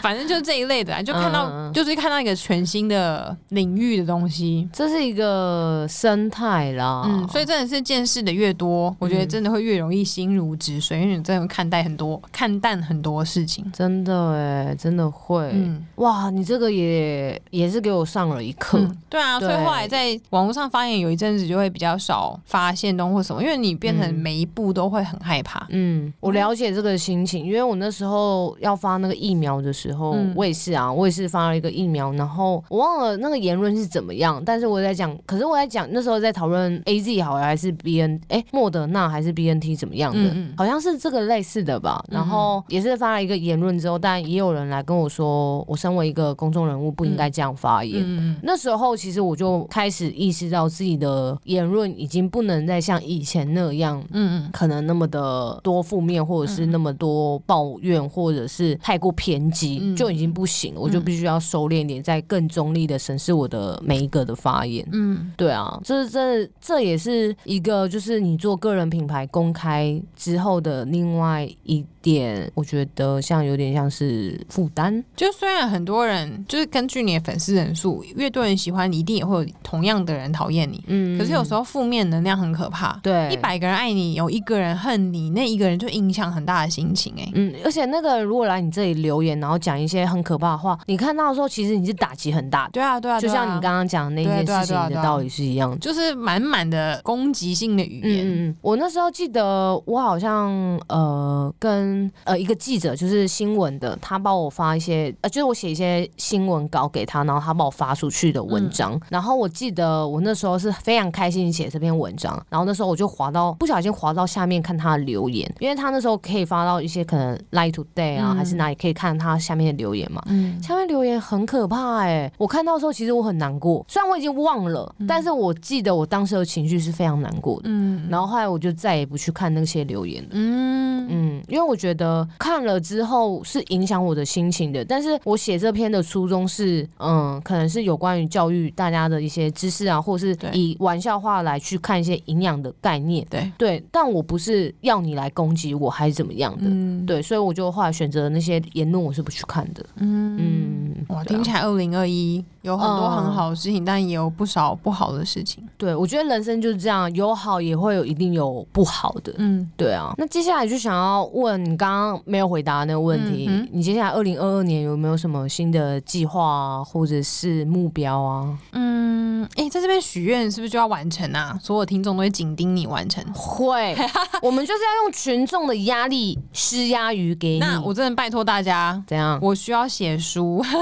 反正就这一类的啊，就看到、嗯嗯嗯就是看到一个全新的领域的东西。这是一个生态啦，嗯，所以真的是见识的越多，我觉嗯得真的会越容易心如止水，因为你真的会看待很多、看淡很多事情。真的哎，真的会，嗯，哇，你这个也也是给我上了一课，嗯对啊，对所以后来在网络上发言有一阵子就会比较少发现东西或什么，因为你变成嗯每一步都会很害怕。嗯，我了解这个心情，因为我那时候要发那个疫苗的时候，嗯我也是啊，我也是发了一个疫苗，然后我忘了那个言论是怎么样，但是我在讲，可是我在讲那时候在讨论 A Z 好了还是 B N 哎、莫德纳还是 B N T 怎么样的，嗯嗯嗯好像是这个类似的吧。然后也是发了一个言论之后，但也有人来跟我说，我身为一个公众人物不应该这样发言。嗯，那时候其实我就开始意识到自己的言论已经不能再像以前那样。嗯嗯，可能那么的多负面，或者是那么多抱怨，或者是太过偏激，嗯就已经不行了。我就必须要收敛一点，再更中立的审视我的每一个的发言。嗯，对啊，这这这也是一个，就是你做个人品牌公开之后的另外一点，我觉得像有点像是负担。就虽然很多人就是根据你的粉丝人数，越多人喜欢你，一定也会有同样的人讨厌你。嗯可是有时候负面能量很可怕，对一。百个人爱你，有一个人恨你，那一个人就影响很大的心情、欸。哎、嗯，而且那个人如果来你这里留言，然后讲一些很可怕的话，你看到的时候，其实你是打击很大的，对啊，对啊，就对啊像你刚刚讲的那对啊件对啊事对啊情对的啊道理是一样的。就是满满的攻击性的语言。嗯嗯嗯，我那时候记得，我好像呃跟呃一个记者，就是新闻的，他帮我发一些，呃，就是我写一些新闻稿给他，然后他帮我发出去的文章。然后我记得我那时候是非常开心写这篇文章，然后那时候我就滑到不小心滑到下面看他的留言，因为他那时候可以发到一些可能 Line Today 啊，嗯还是哪里可以看他下面的留言嘛。嗯下面留言很可怕哎、我看到的时候其实我很难过，虽然我已经忘了，但是我记得我当时的情绪是非常难过的。嗯然后后来我就再也不去看那些留言了。嗯嗯，因为我觉得看了之后是影响我的心情的，但是我写这篇的初衷是，嗯，可能是有关于教育大家的一些知识啊，或是对以玩笑话来去看一些营养的概念，对，对，但我不是要你来攻击我还是怎么样的，嗯对，所以我就后来选择那些言论我是不去看的，嗯。嗯，哇，对啊听起来二零二一有很多嗯很好的事情，但也有不少不好的事情。对，我觉得人生就是这样，有好也会有一定有不好的，嗯，对啊，那接下来就想要问你刚刚没有回答的那个问题，嗯哼你接下来二零二二年有没有什么新的计划啊，或者是目标啊？嗯，哎、在这边许愿是不是就要完成啊？所有听众都会紧盯你完成。会， 我们就是要用群众的压力施压于给你。嗯那我真的拜托大家，怎样？我需要写书。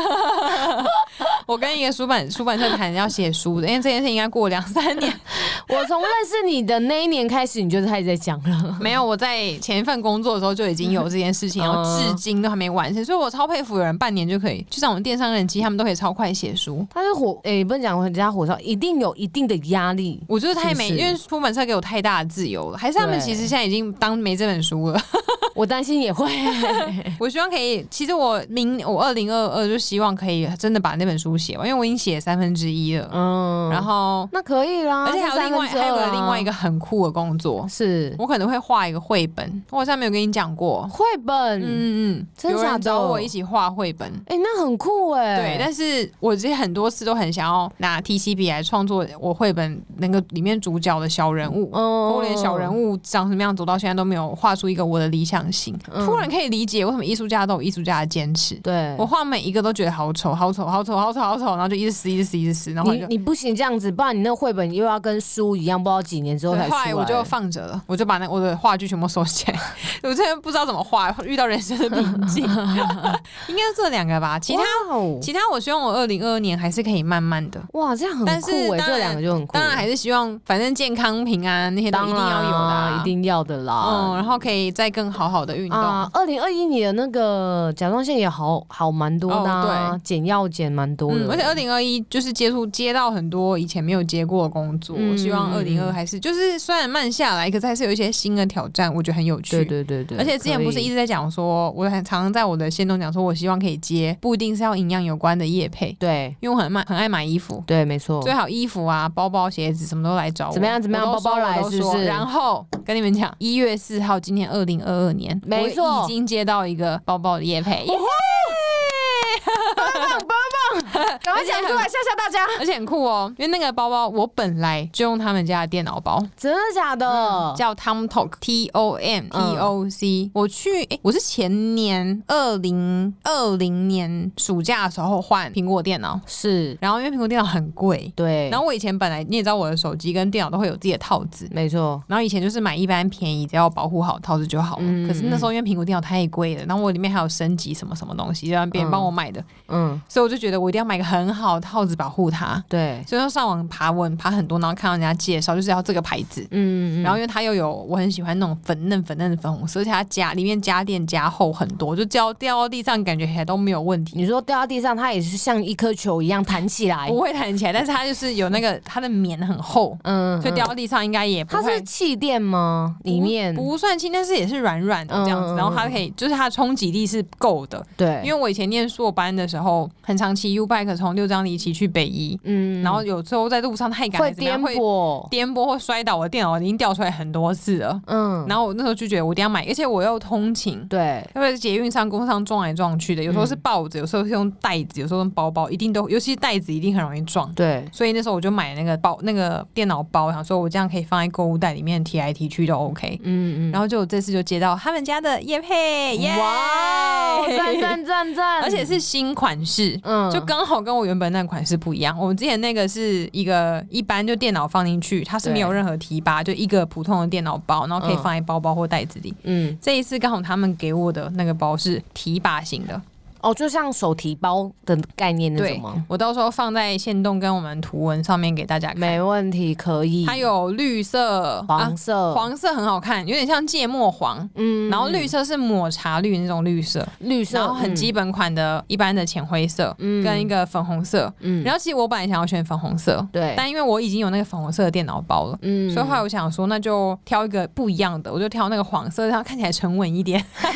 我跟一个出版出版社谈要写书的，因为这件事应该过两三 年。我从认识你的那一年开始，你就开始在讲 了。没有，我在前一份工作的时候就已经有这件事情，嗯然后至今都还没完成，所以我超佩服有人半年就可以，就像我们电商人机，他们都可以超快写书。他是火，诶、不能讲人家火烧，一定有一定的压力。我就是太没，是不是因为出版社给我太大的自由了，还是他们对其实现在已经当没这本书了。我担心 也会。我希望可以，其实我明我二零二二就希望可以真的把那本书写完，因为我已经写三分之一了。嗯，然后，那可以啦，而且还有另这外三分之二还有啊另外一个很酷的工作，是我可能会画一个绘本，我好像没有跟你讲过。绘本。嗯嗯嗯，真有假人的找我一起画绘本。哎、那很酷哎、对，但是我其实很多次都很想要拿 TCB 来创作我绘本那个里面主角的小人物，嗯我连小人物长什么样走到现在都没有画出一个我的理想型。嗯突然可以理解为什么艺术家都有艺术家的坚持。哦对我，画每一个都觉得好丑，好丑，好丑，好丑，好丑，然后就一直撕，一直撕，一直撕，然后我你就你不行这样子，不然你那绘本又要跟书一样，不知道几年之后才对出后来。来我就放着了，我就把那我的话剧全部收起来。我真的不知道怎么画，遇到人生的瓶颈，应该是这两个吧。其他哇哦其他，我希望我二零二二年还是可以慢慢的。哇，这样很但酷是哎、当然这两个就很酷。当然还是希望，反正健康、平安那些都当一然定要有的、啊一。定要的嗯，啦。然后可以再更好好的运动。啊，二零二一年的那个甲状腺也好好蛮多的、啊哦减药减蛮多的、嗯，而且二零二一就是接触接到很多以前没有接过的工作，嗯我希望二零二还是就是虽然慢下来，可是还是有一些新的挑战，我觉得很有趣。对对对对，而且之前不是一直在讲说，我很常常在我的线动讲说，我希望可以接不一定是要营养有关的业配，对因为我很买很爱买衣服，对没 错，最好衣服啊、包包、鞋子什么都来找我。哦怎么样怎么样我都说包包来我都是不说是然后跟你们讲，一月四号，今天二零二二年，没错我已经接到一个包包的业 配，耶赶快讲出来吓吓大 家，而且很酷哦，因为那个包包我本来就用他们家的电脑包，真的假的？叫 Tom Talk T O M 嗯 T O C。我去，诶，我是前年二零二零年暑假的时候换苹果电脑，是，然后因为苹果电脑很贵，对，然后我以前本来你也知道我的手机跟电脑都会有自己的套子。没错，然后以前就是买一般便宜，只要保护好套子就好了。嗯可是那时候因为苹果电脑太贵了，然后我里面还有升级什么什么东东西，让别人帮我买的，嗯，所以我就觉得我一定要买一个很好的号子保护它，对，所以说上网爬文爬很多，然后看到人家介绍就是要这个牌子。嗯，然后因为它又有我很喜欢那种粉嫩粉嫩的粉红色，而且它加里面加垫加厚很多，就掉掉到地上感觉还都没有问题，你说掉到地上，它也是像一颗球一样弹起来不，会弹起来。但是它就是有那个它的棉很厚，嗯，所以掉到地上应该也不它会是气垫吗？里面不算轻，但是也是软软的这样子。嗯然后它可以就是它的冲击力是够的，对，因为我以前念硕班的时候，很常骑 U bike 从六张犁骑去北一，嗯然后有时候在路上太赶会还是怎么颠样，会簸，颠簸或摔倒，我的电脑已经掉出来很多次了。嗯，然后我那时候就觉得我一定要买，而且我又通勤，对，因为捷运上、公上撞来撞去的，有时候嗯是抱着，有时候是用袋子，有时候用包包，一定都，尤其是袋子一定很容易撞。对，所以那时候我就买那个包，那个电脑包，想说我这样可以放在购物袋里面提来提去都 OK。嗯嗯，然后就我这次就接到他们家的叶配，耶！哇，哦赞赞赞赞， 而且是新款式，嗯，就刚好跟我原本那款式不一样。我们之前那个是一个一般就电脑放进去，它是没有任何提拔，就一个普通的电脑包，然后可以嗯放在包包或袋子里。嗯这一次刚好他们给我的那个包是提拔型的，哦，就像手提包的概念那对种吗？我到时候放在线动跟我们图文上面给大家看。没问题，可以。它有绿色、黄色，啊、黄色很好看，有点像芥末黄，嗯然后绿色是抹茶绿那种绿色，绿色，然后很基本款的一般的浅灰色，嗯跟一个粉红色。嗯，嗯，然后其实我本来想要选粉红色，对，但因为我已经有那个粉红色的电脑包了。嗯所以后来我想说，那就挑一个不一样的，我就挑那个黄色，让它看起来沉稳一点。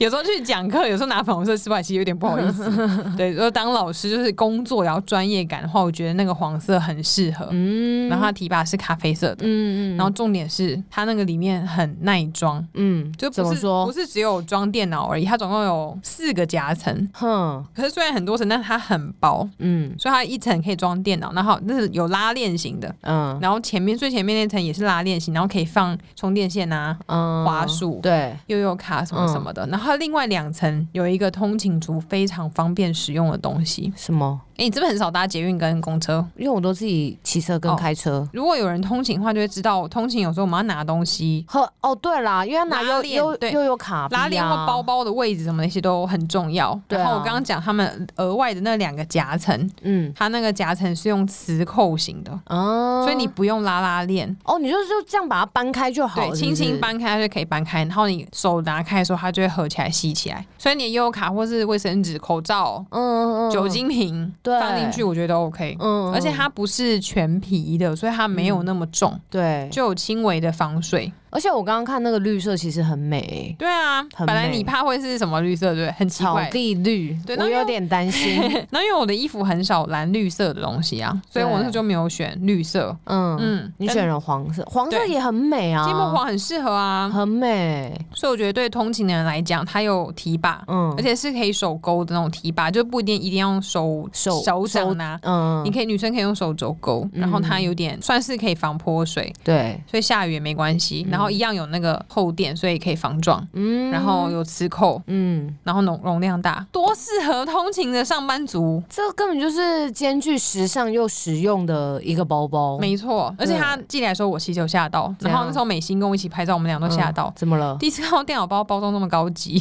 有时候去讲课，有时候拿粉红色失败，其实有点不好 意思。对，如果当老师就是工作也要专业感的话，我觉得那个黄色很适合。 嗯然后它提拔是咖啡色的，嗯嗯，然后重点是它那个里面很耐装，嗯， 就怎不么是不说？是只有装电脑而已，它总共有四个夹层。哼，可是虽然很多层，但它很薄，嗯所以它一层可以装电脑，然后那是有拉链型的，嗯然后前面最前面那层也是拉链型，然后可以放充电线啊、嗯，花束、对，悠悠卡什嗯么什么的。然后另外两层有一个通勤族非常方便使用的东西。什么？哎、你是不是很少搭捷运跟公车？因为我都自己骑车跟哦开车。如果有人通勤的话，就会知道通勤有时候我们要拿东西，呵，哦，对啦，因为拿拉悠链悠对悠悠卡拉链或包包，包的位置什么那些都很重要。啊对啊然后我刚刚讲他们额外的那两个夹层，嗯它那个夹层是用磁扣型的，哦，所以你不用拉拉链。哦，你就就这样把它搬开就好对，了，轻是不轻是，搬开它就可以搬开，然后你手拿开的时候，它就会合起来吸起来。所以你的悠游卡或是卫生纸、口罩、嗯嗯嗯，酒精瓶对放进去，我觉得 OK。嗯，嗯，而且它不是全皮的，所以它没有那么重，对，就有轻微的防水。而且我刚刚看那个绿色其实很美欸，对啊，很本来美你怕会是什么绿色，对不对，很奇草怪。地绿，对我那因为有点担 心。然后因为我的衣服很少蓝绿色的东西啊，所以我那时候就没有选绿色。嗯嗯，你但选了黄色，黄色对也很美啊，芥末黄很适合啊，很美。所以我觉得对通勤的人来讲，它有提把，嗯，而且是可以手勾的那种提把，就不一定一定要用手手手掌拿，嗯，你可以女生可以用手肘勾，嗯然后它有点算是可以防泼水，对，所以下雨也没关系。然后一样有那个厚垫，所以可以防撞，嗯然后有磁扣，嗯，然后容容量大，多适合通勤的上班族。这根本就是兼具时尚又实用的一个包包。没错，而且他寄来的时候，我其实有吓到。哦怎然样后那时候美心跟我一起拍照，我们俩都吓到嗯。怎么了？第一次看到电脑包包装那么高级，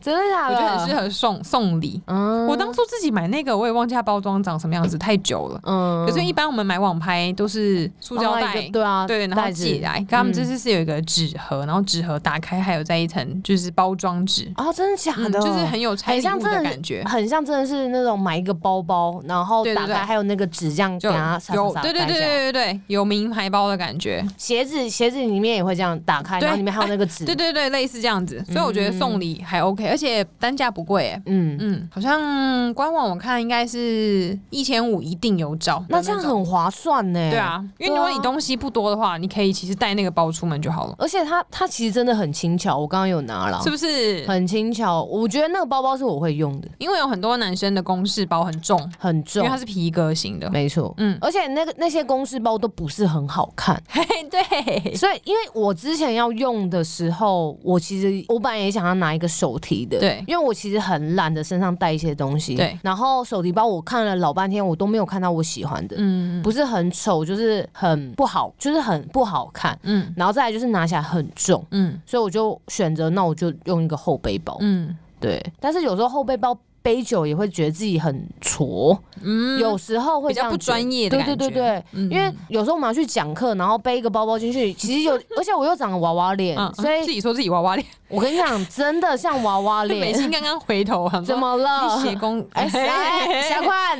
真的假我的？觉得很适合送送礼。嗯，我当初自己买那个，我也忘记它包装长什么样子，太久了。嗯可是，一般我们买网拍都是塑胶放在一袋个，对啊，对，然后袋子寄来。可他们嗯这次是有一个纸盒，然后纸盒打开，还有在一层就是包装纸，啊，真的假嗯的？就是很有拆很礼像物真的的感觉。很像，真的是那种买一个包包，然后对对打对开还有那个纸这样给就它撒撒有撒对对盖对起来对对对，有名牌包的感觉，鞋子鞋子里面也会这样打开，对然后里面还有那个纸。对对对，类似这样子，所以我觉得送礼还 OK，而且单价不贵诶，嗯，嗯，好像官网我看应该是一千五一定有找的那那这种，样很划算呢。对。啊，因为如果你东西不多的话，你可以其实带那个包出门就好了，而且它它其实真的很轻巧，我刚刚有拿了是，不是？很轻巧。我觉得那个包包是我会用的，因为有很多男生的公事包很重，很因重为，它是皮革型的。没错。嗯，而且那个那些公式包都不是很好看，嘿嘿， 对，所以因为我之前要用的时候，我其实我本来也想要拿一个手提的，对因为我其实很懒得身上带一些东西，对。然后手提包我看了老半天，我都没有看到我喜欢的，嗯不是很丑，就是很不好，就是很不好看。嗯然后再来就是拿起来很重，嗯所以我就选择那我就用一个后背包，嗯，对。但是有时候后背包杯酒也会觉得自己很挫，嗯有时候会比这较样不觉得专业的对感对觉，对对，嗯因为有时候我们要去讲课，然后背一个包包进 去，其实有，而且我又长得娃娃脸，嗯，所自以己说自己娃娃脸，我跟你讲，真的像娃娃 美 脸，心刚刚回头，想怎说么了？你写功， 哎，谁谁款？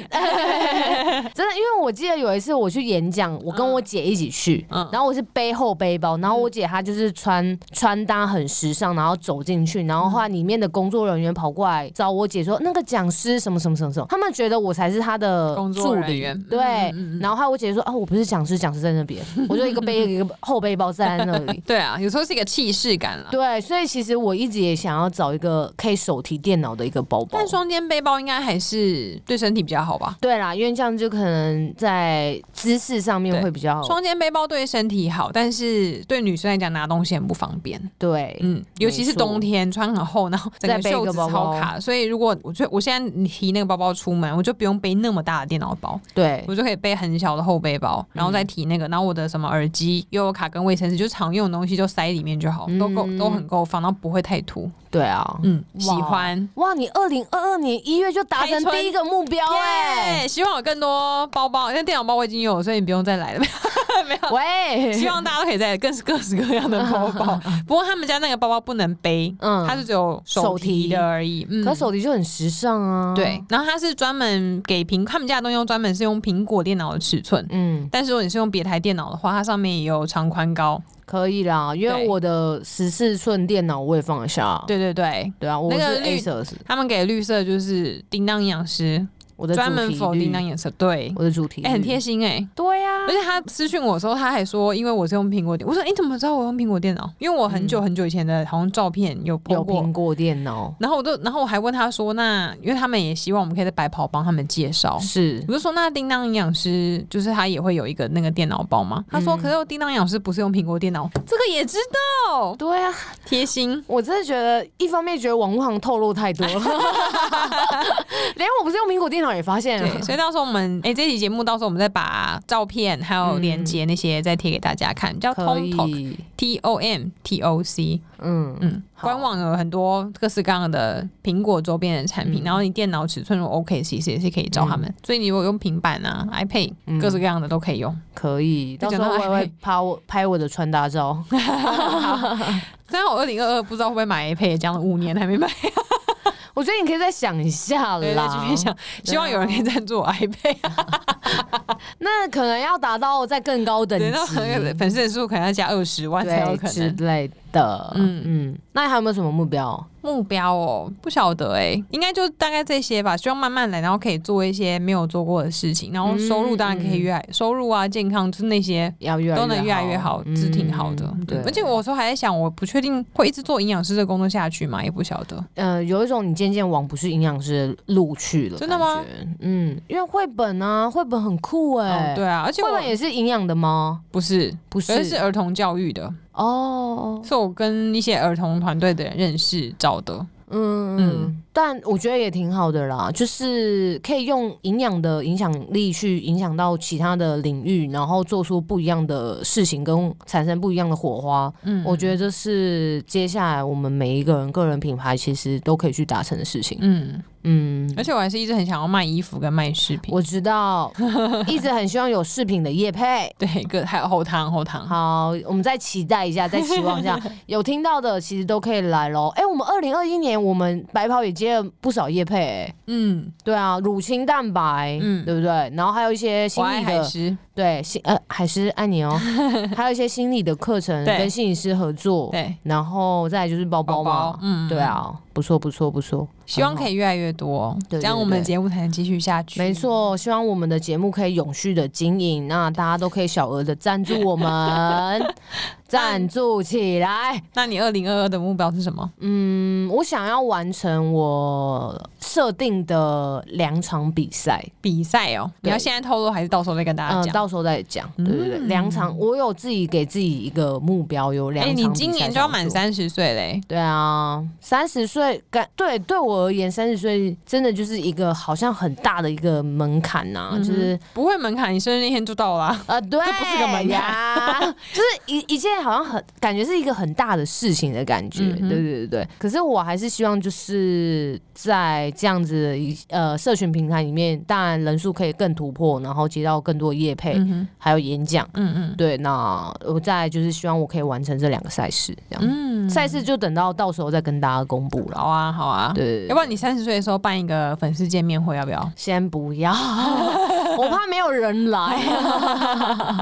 真的，因为我记得有一次我去演讲，我跟我姐一起去，嗯然后我是背后背包，然后我姐她就是穿穿搭很时尚，然后走进去，然后后来里面的工作人员跑过来找我姐说，那个讲师什么什么什么什么，他们觉得我才是她的工助作人理员，对嗯嗯嗯，。然后后来我姐说啊，我不是讲师，讲师在那边，我就一个背一个后背包站在那里对啊，有时候是一个气势感了。对，所以其实我一直也想要找一个可以手提电脑的一个包包。但双肩背包应该还是对身体比较好吧？对啦，因为这样就可能在姿势上面对会比较好。双肩背包对身体好，但是对女生来讲拿东西很不方便。对，嗯，尤其是没错冬天穿很厚，然后整再个背一袖个子包超包卡，所以如果我觉得我现在提那个包包出门，我就不用背那么大的电脑包，对，嗯我就可以背很小的后背包，然后再提那个，然后我的什么耳机、悠游卡跟卫生纸，就是常用的东西就塞里面就嗯好，都够都很够放，然后不会太凸。对啊。嗯，哇喜欢。哇，你二零二二年一月就达成开春第一个目标哎、耶！希望有更多包包，因为电脑包我已经有，所以你不用再来了。 希喂，望大家都可以在更各式各样的包 包。不过他们家那个包包不能背，嗯它是只有手手提提的而已。嗯可手提就很时尚啊。对，，然后它是专门给苹，他们家的东西用专门是用苹果电脑的尺寸。嗯，但是如果你是用别台电脑的话，它上面也有长宽高。可以啦，因对为我的十四寸电脑我也放得下。对对对，对啊，我那是个绿 ASUS，他们给绿色就是叮当营养师，我的主专门题否叮当绿，营养师。对，我的主题哎、很绿贴。心哎、对啊呀、而且他私讯我的时候，他还说，因为我是用苹果电，我说你怎么知道我用苹果电脑？因为我很久很久以前的，好像照片有 po 有过，苹果电脑然后我就，然后我还问他说，那因为他们也希望我们可以在白袍帮他们介哦绍。是我就说，那叮当营养师就是他也会有一个那个电脑包吗？他嗯说，可是我叮当营养师不是用苹果电脑，这个也知道，对啊，贴心。我真的觉得，一方面觉得网络行透露太多 了，连我不是用苹果电脑也发现了 对，。所以到时候我们哎、这期节目到时候我们再把照片还有链接那些再贴给大家看，叫 Tom 嗯可 Talk 以， T O M T O C。嗯，嗯，好官网有很多各式各样的苹果周边的产品，嗯然后你电脑尺寸如果 OK，其实也是可以找他们。所以你如果用平板啊、iPad，嗯各式各样的都可以用。可以。就到讲时到候我也暧会昧拍我拍我的穿搭 照，虽然我二零二二不知道会不会买 iPad，讲了五年还没买，我觉得你可以再想一下对，啊再继啦续。想，希望有人可以赞助我 iPad。啊 那可能要达到再更高等对，那可能级，粉丝人数可能要加二十万才有对可之能。类的。嗯嗯嗯，那你还有没有什么目标？目标哦，不晓得哎、应该就大概这些吧。希望慢慢来，然后可以做一些没有做过的事情，然后收入当然可以越来，收入啊、健康就是那些要越来都能越来越好，是挺好的。嗯对对，，而且我有时候还在想，我不确定会一直做营养师这个工作下去吗？也不晓得。呃，有一种你渐渐往不是营养师的路去了，真的吗感觉？嗯，因为绘本啊，绘本很酷哎、嗯，对啊，而且绘我本也是营养的吗？不是，不而是是儿童教育的，哦，是我跟一些儿童团队的人认识找的。嗯嗯嗯，但我觉得也挺好的啦，就是可以用营养的影响力去影响到其他的领域，然后做出不一样的事情，跟产生不一样的火花。嗯，我觉得这是接下来我们每一个人个人品牌其实都可以去达成的事情。嗯，嗯而，且我还是一直很想要卖衣服跟卖饰品。我知 道，一直很希望有饰品的业配。对，个还有后堂后堂。好，我们再期待一下，再期望一 下，有听到的其实都可以来喽。哎、我们二零二一年我们白袍也接了不少业配、哎，嗯，对啊，乳清蛋白，嗯嗯，对不对？然后还有一些我心爱理海的，狮。对，心呃海狮爱 你哦，还有一些心理的课程对跟心理师合作，对，然后再来就是包包包嘛，包。嗯，对。啊，不错不错不错，希望可以。以越来越多，对对这样我们的对节目才能继续下去。没，错，希望我们的节目可以永续的经营，那大家都可以小额的赞助我 们，赞助起来。那你二零二二的目标是什么？嗯，我想要完成我设定的两场比赛，比赛哦，你对要现在透露还是到时候再跟大嗯、家讲？到时候再讲。对对对，嗯两场，我有自己给自己一个目标，有两哎、场比赛你今年就要满想做。三十岁嘞，对啊，三十岁感对对我而言，三十岁真的就是一个好像很大的一个门槛呐、嗯哼就是不会门槛，你生日那天就到啦。呃，对，这不是个门槛呀， 就是一一件好像很感觉是一个很大的事情的感觉，嗯哼对对对对。可是我还是希望就是在这样子的一呃社群平台里面，当然人数可以更突破，然后接到更多的业配，嗯哼还有演讲。嗯嗯对，那我再来就是希望我可以完成这两个赛事，这样嗯，赛、事就等到到时候再跟大家公布了。 好啊好啊，对，要不然你三十岁的时候办一个粉丝见面会，要不要？先不 要，我怕没有人来。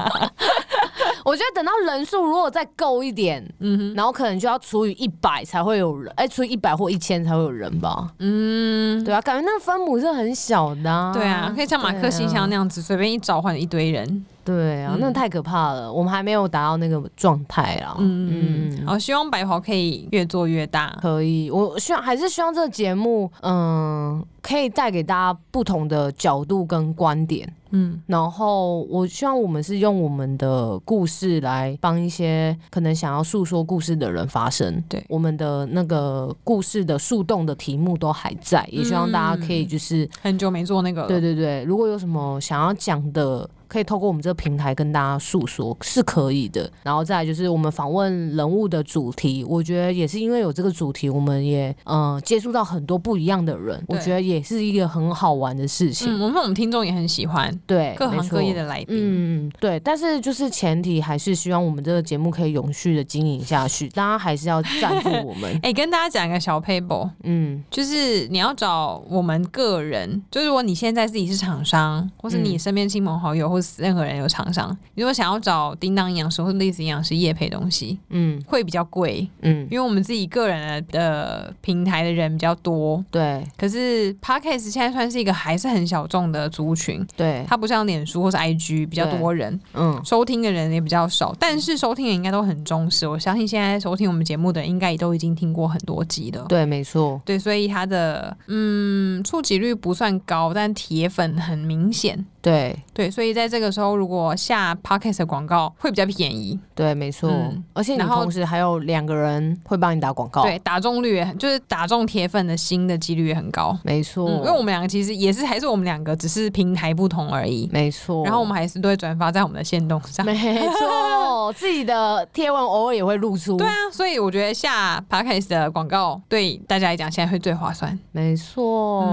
我觉得等到人数如果再够一点，嗯哼，然后可能就要除以一百才会有人，哎、除以一百或一千才会有人吧？嗯，对啊，感觉那个分母是很小的、啊。对啊，可以像马克信箱那样子，随便一召唤一堆人。对嗯啊，那太可怕了，我们还没有达到那个状态啦。嗯嗯嗯嗯嗯，我希望白袍可以越做越大。可以，我希望还是希望这个节目，嗯，可以带给大家不同的角度跟观点。嗯然后我希望我们是用我们的故事来帮一些可能想要诉说故事的人发声。对我们的那个故事的树洞的题目都还在，也希望大家可嗯以就是，很久没做那个了。对对对，如果有什么想要讲的。可以透过我们这个平台跟大家诉说是可以的，然后再来就是我们访问人物的主题，我觉得也是因为有这个主题，我们也呃接触到很多不一样的人，我对觉得也是一个很好玩的事情。嗯，我们我们听众也很喜欢对，各行没错各业的来宾。。嗯，对，但是就是前提还是希望我们这个节目可以永续的经营下去，大家还是要赞助我们 哎、跟大家讲一个小 paper，嗯，就是你要找我们个人，就如果你现在自己是厂商，或是你嗯身边亲朋好友，或是任何人有厂商，你如果想要找叮当营养师或类似营养师业配东西，嗯会比较贵，嗯，因为我们自己个人的呃平台的人比较多。对可是 podcast 现在算是一个还是很小众的族群，对，它不像脸书或是 IG 比较多人，嗯收听的人也比较少，但是收听人应该都很重视。我相信现在收听我们节目的人，应该也都已经听过很多集了。对，没错，对，所以它的嗯触及率不算高，但铁粉很明显。对对，所以在这个时候，如果下 podcast 的广告会比较便宜，对没错、嗯而且你然后同时还有两个人会帮你打广告，对，打中率也很就是打中铁粉的心的几率也很高。没错、嗯，因为我们两个其实也是还是我们两个，只是平台不同而已。没错，然后我们还是都会转发在我们的线动上。 没错，自己的贴文偶尔也会露出，对啊，所以我觉得下 podcast 的广告对大家来讲现在会最划算。没错、嗯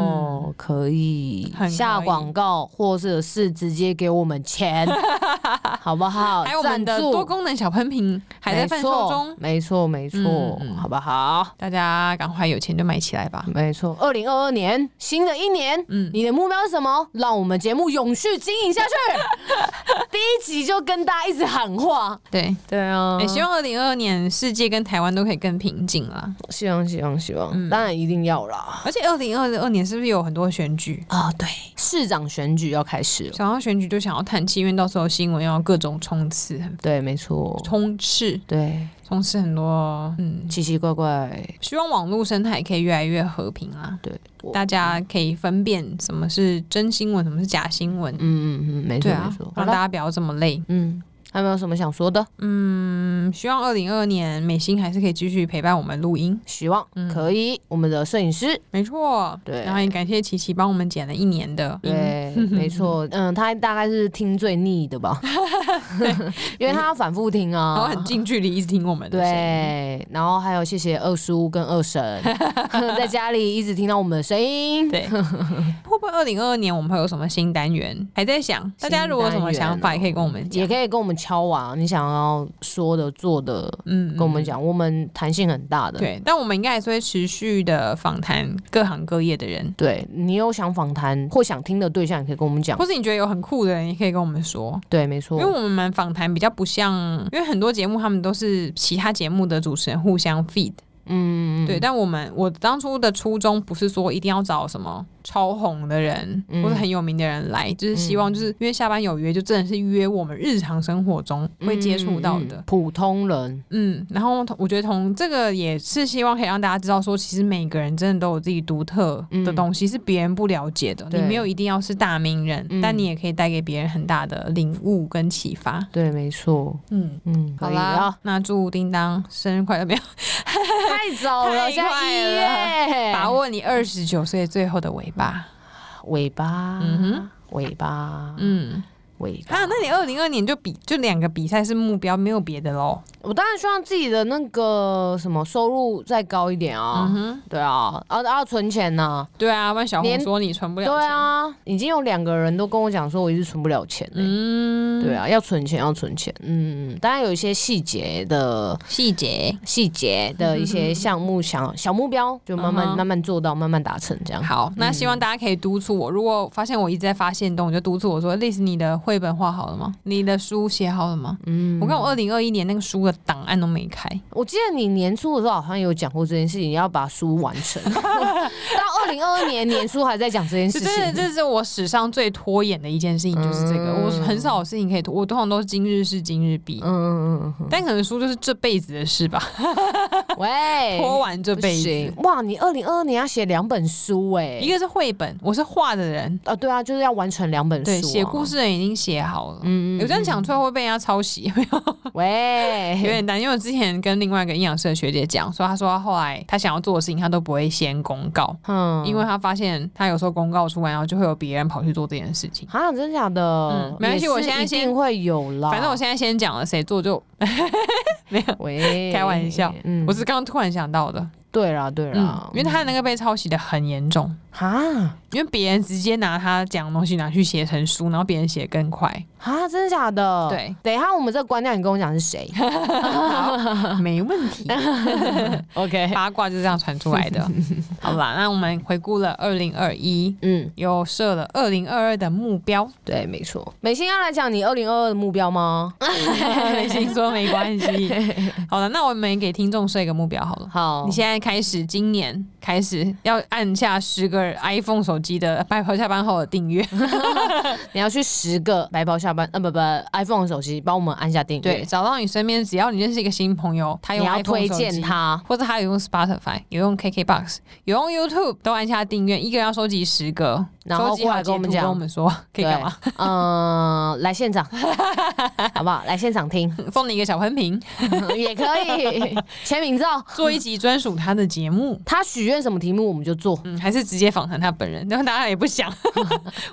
可以很可以下广告，或者是直接给我们 钱，好不好？还有我们的赞助多功能小喷瓶还在贩售中，没错，没错，没错嗯嗯好不好？大家赶快有钱就买起来吧。没错，二零二二年新的一年，嗯，你的目标是什么？让我们节目永续经营下去。 第一集就跟大家一直喊话，对，对啊也、希望二零二二年世界跟台湾都可以更平静啦。希望，希望，希望，当然一定要啦。而且二零二二年是不是有很多选举？啊、对，市长选举要开始了，想要选举就想要叹气，因为到时候新闻要各种冲刺，对，没错，冲刺，对，冲刺很多。嗯，奇奇怪怪，希望网络生态可以越来越和平啦。对，我大家可以分辨什么是真新闻，什么是假新闻。嗯嗯嗯，没错、对啊没错，，好让大了，家不要这么累。嗯，还有没有什么想说的？嗯，希望二零二年美心还是可以继续陪伴我们录音。希望、嗯可以，我们的摄影师没错，对然后也感谢琪琪帮我们剪了一年的音，对，没错， 嗯，他大概是听最腻的 吧，因为他要反复听然后啊。很近距离一直听我们的声音。对，然后还有谢谢二叔跟二 婶，在家里一直听到我们的声音。对，会不会二零二二年我们会有什么新单元？还在想，大家如果有什么想法，也可以跟我们讲。也可以跟我们敲啊，你想要说的、做的，嗯，嗯跟我们。讲，我们弹性很大的。对，但我们应该还是会持续的访谈各行各业的人，对，你有想访谈或想听的对象，也可以跟我们讲或。是你觉得有很酷的人，也可以跟我们说。对，没因错为，我们访谈比较不像，因为很多节目他们都是其他节目的主持人互相 feed，嗯，对，但我们我当初的初衷不是说一定要找什么超红的人、嗯或者很有名的人来，就是希望就是约下班有约，就真的是约我们日常生活中会接触到嗯嗯嗯的。普通人。嗯然后同我觉得从这个也是希望可以让大家知道说，其实每个人真的都有自己独特的东西，是别人不了解的。你嗯对没有一定要是大名人，嗯但你也可以带给别人很大的领悟跟启发。对，没错，嗯，嗯，好可以啊 啦，，那祝叮当生日快乐！没有，太早了，太现在一快月，把握你二十九岁最后的尾巴。尾巴，嗯哼尾巴，嗯，味道。啊，那你二零二年就比就两个比赛是目标，没有别的喽。我当然希望自己的那个什么收入再高一点啊，嗯哼，对啊，啊啊存钱呐、对啊，不然小红连说你存不了对钱。，啊，已经有两个人都跟我讲说我一直存不了钱了、嗯，对，啊，要存钱，要存钱。嗯，当然有一些细节的细节。细节的一些项目小小目标，就慢慢、嗯哼嗯慢慢做到，慢慢达成这样。好，那希望大家可以督促我。如果发现我一直在发现动，我就督促我说 l i s 你的绘本画好了吗？你的书写好了吗？嗯我看我二零二一年那个书的档案都没开，我记得你年初的时候好像有讲过这件事情，要把书完 成。到二零二二年年初还在讲这件就事真的情。这是我史上最拖延的一件事情，就是这嗯个。我很少有事情可以拖，我通常都是今日事今日毕嗯，嗯嗯嗯但可能书就是这辈子的事吧，嗯， 喂，拖完这不辈行子。哇！你二零二二年要写两本书哎、一个是绘本，我是画的人，啊，对啊，就是要完成两本书、啊对，写故。事的人已经写好了。嗯有这样讲出来会被人家抄袭， 有 喂，点难。因为我之前跟另外一个营养师的学姐讲，说她说她后来她想要做的事情，她都不会先公告，嗯因为她发现她有时候公告出来，然后就会有别人跑去做这件事情。啊，真假的？嗯没关系也是我现在一先定会有啦。反正我现在先讲了，谁做就喂， 开玩笑，嗯我是刚刚突然想到的。对啦对啊啦嗯，，因为他那个被抄袭的很严重，啊因为别人直接拿他讲的东西拿去写成书，然后别人写得更快。啊，真假的？，对，等一下我们这个关掉，你跟我讲是 谁 没问题， ？OK， 八卦就是这样传出来 的。好啦，那我们回顾了二零二一，嗯，又设了二零二二的目 标。 对，没错。美心要来讲你二零二二的目标吗？啊美心说没关 系。好了，那我们也给听众设一个目标好了。好，你现在开始，今年开始要按下十个 iPhone 手机的拜拜下班后的订阅，你要去十个白袍下班，呃，不不，iPhone 手机帮我们按下订阅，对，， 找到你身边，只要你认识一个新朋友，他你用要 iPhone 推手荐机，他。或者他有用 Spotify，有用 KKBox，有用 YouTube，都按下订阅，一个人要收集十个，然后收集过好来截跟我们图讲跟我们说 可以干嘛？ 嗯、来现场，好不好？来现场听送你一个小 喷瓶，也可以，签名照。做一集专属他的节目。他许愿什么题目我们就做，。嗯，还是直接访谈他本人，然后大家也不想，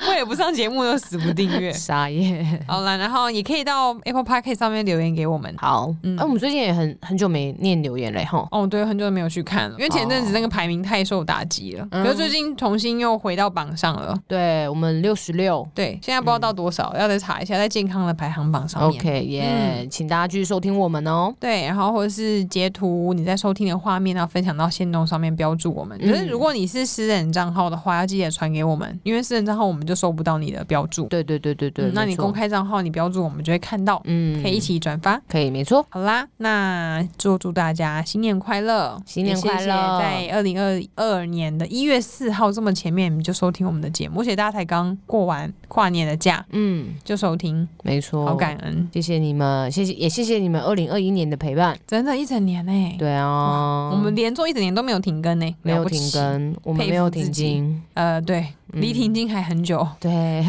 我也不上节目，又死不订阅 傻耶。好了，然后也可以到 Apple Park 上面留言给我们。好，哎、嗯我们最近也很很久没念留言嘞吼。哦，对，很久没有去看了，因为前阵子哦那个排名太受打击了，嗯可是最近重新又回到榜上了。对我们六十六对，现在不知道到多嗯少，要再查一下，在健康的排行榜上面。 ，OK 耶、嗯请大家继续收听我们哦。对，然后或者是截图你在收听的画面，然后分享到线动上面标注我们。可是嗯如果你是私人账号的话，要记得传给我们，因为私人账号我们就收不到你的标注。对对对对对，嗯那没你错公，开账号你标注我们就会看到，嗯可以一，起转发。可以，没错。好啦，那就祝大家新年快乐！新年也谢谢快乐在二零二二年的一月四号这么前面，你们就收听我们的节目，而且大家才刚过完跨年的假嗯，就收听，没错。好感恩，谢谢你们，谢谢也谢谢你们二零二一年的陪伴。真的，一整年呢、对啊，哎我们连做一整年都没有停更呢、没有了不起停。更，我们佩没有服自停己经，呃，对，嗯离停经还很久。对，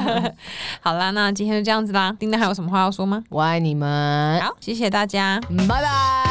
好啦，那今天就这样子啦。叮当还有什么话要说吗？我爱你们，好，谢谢大家。拜拜。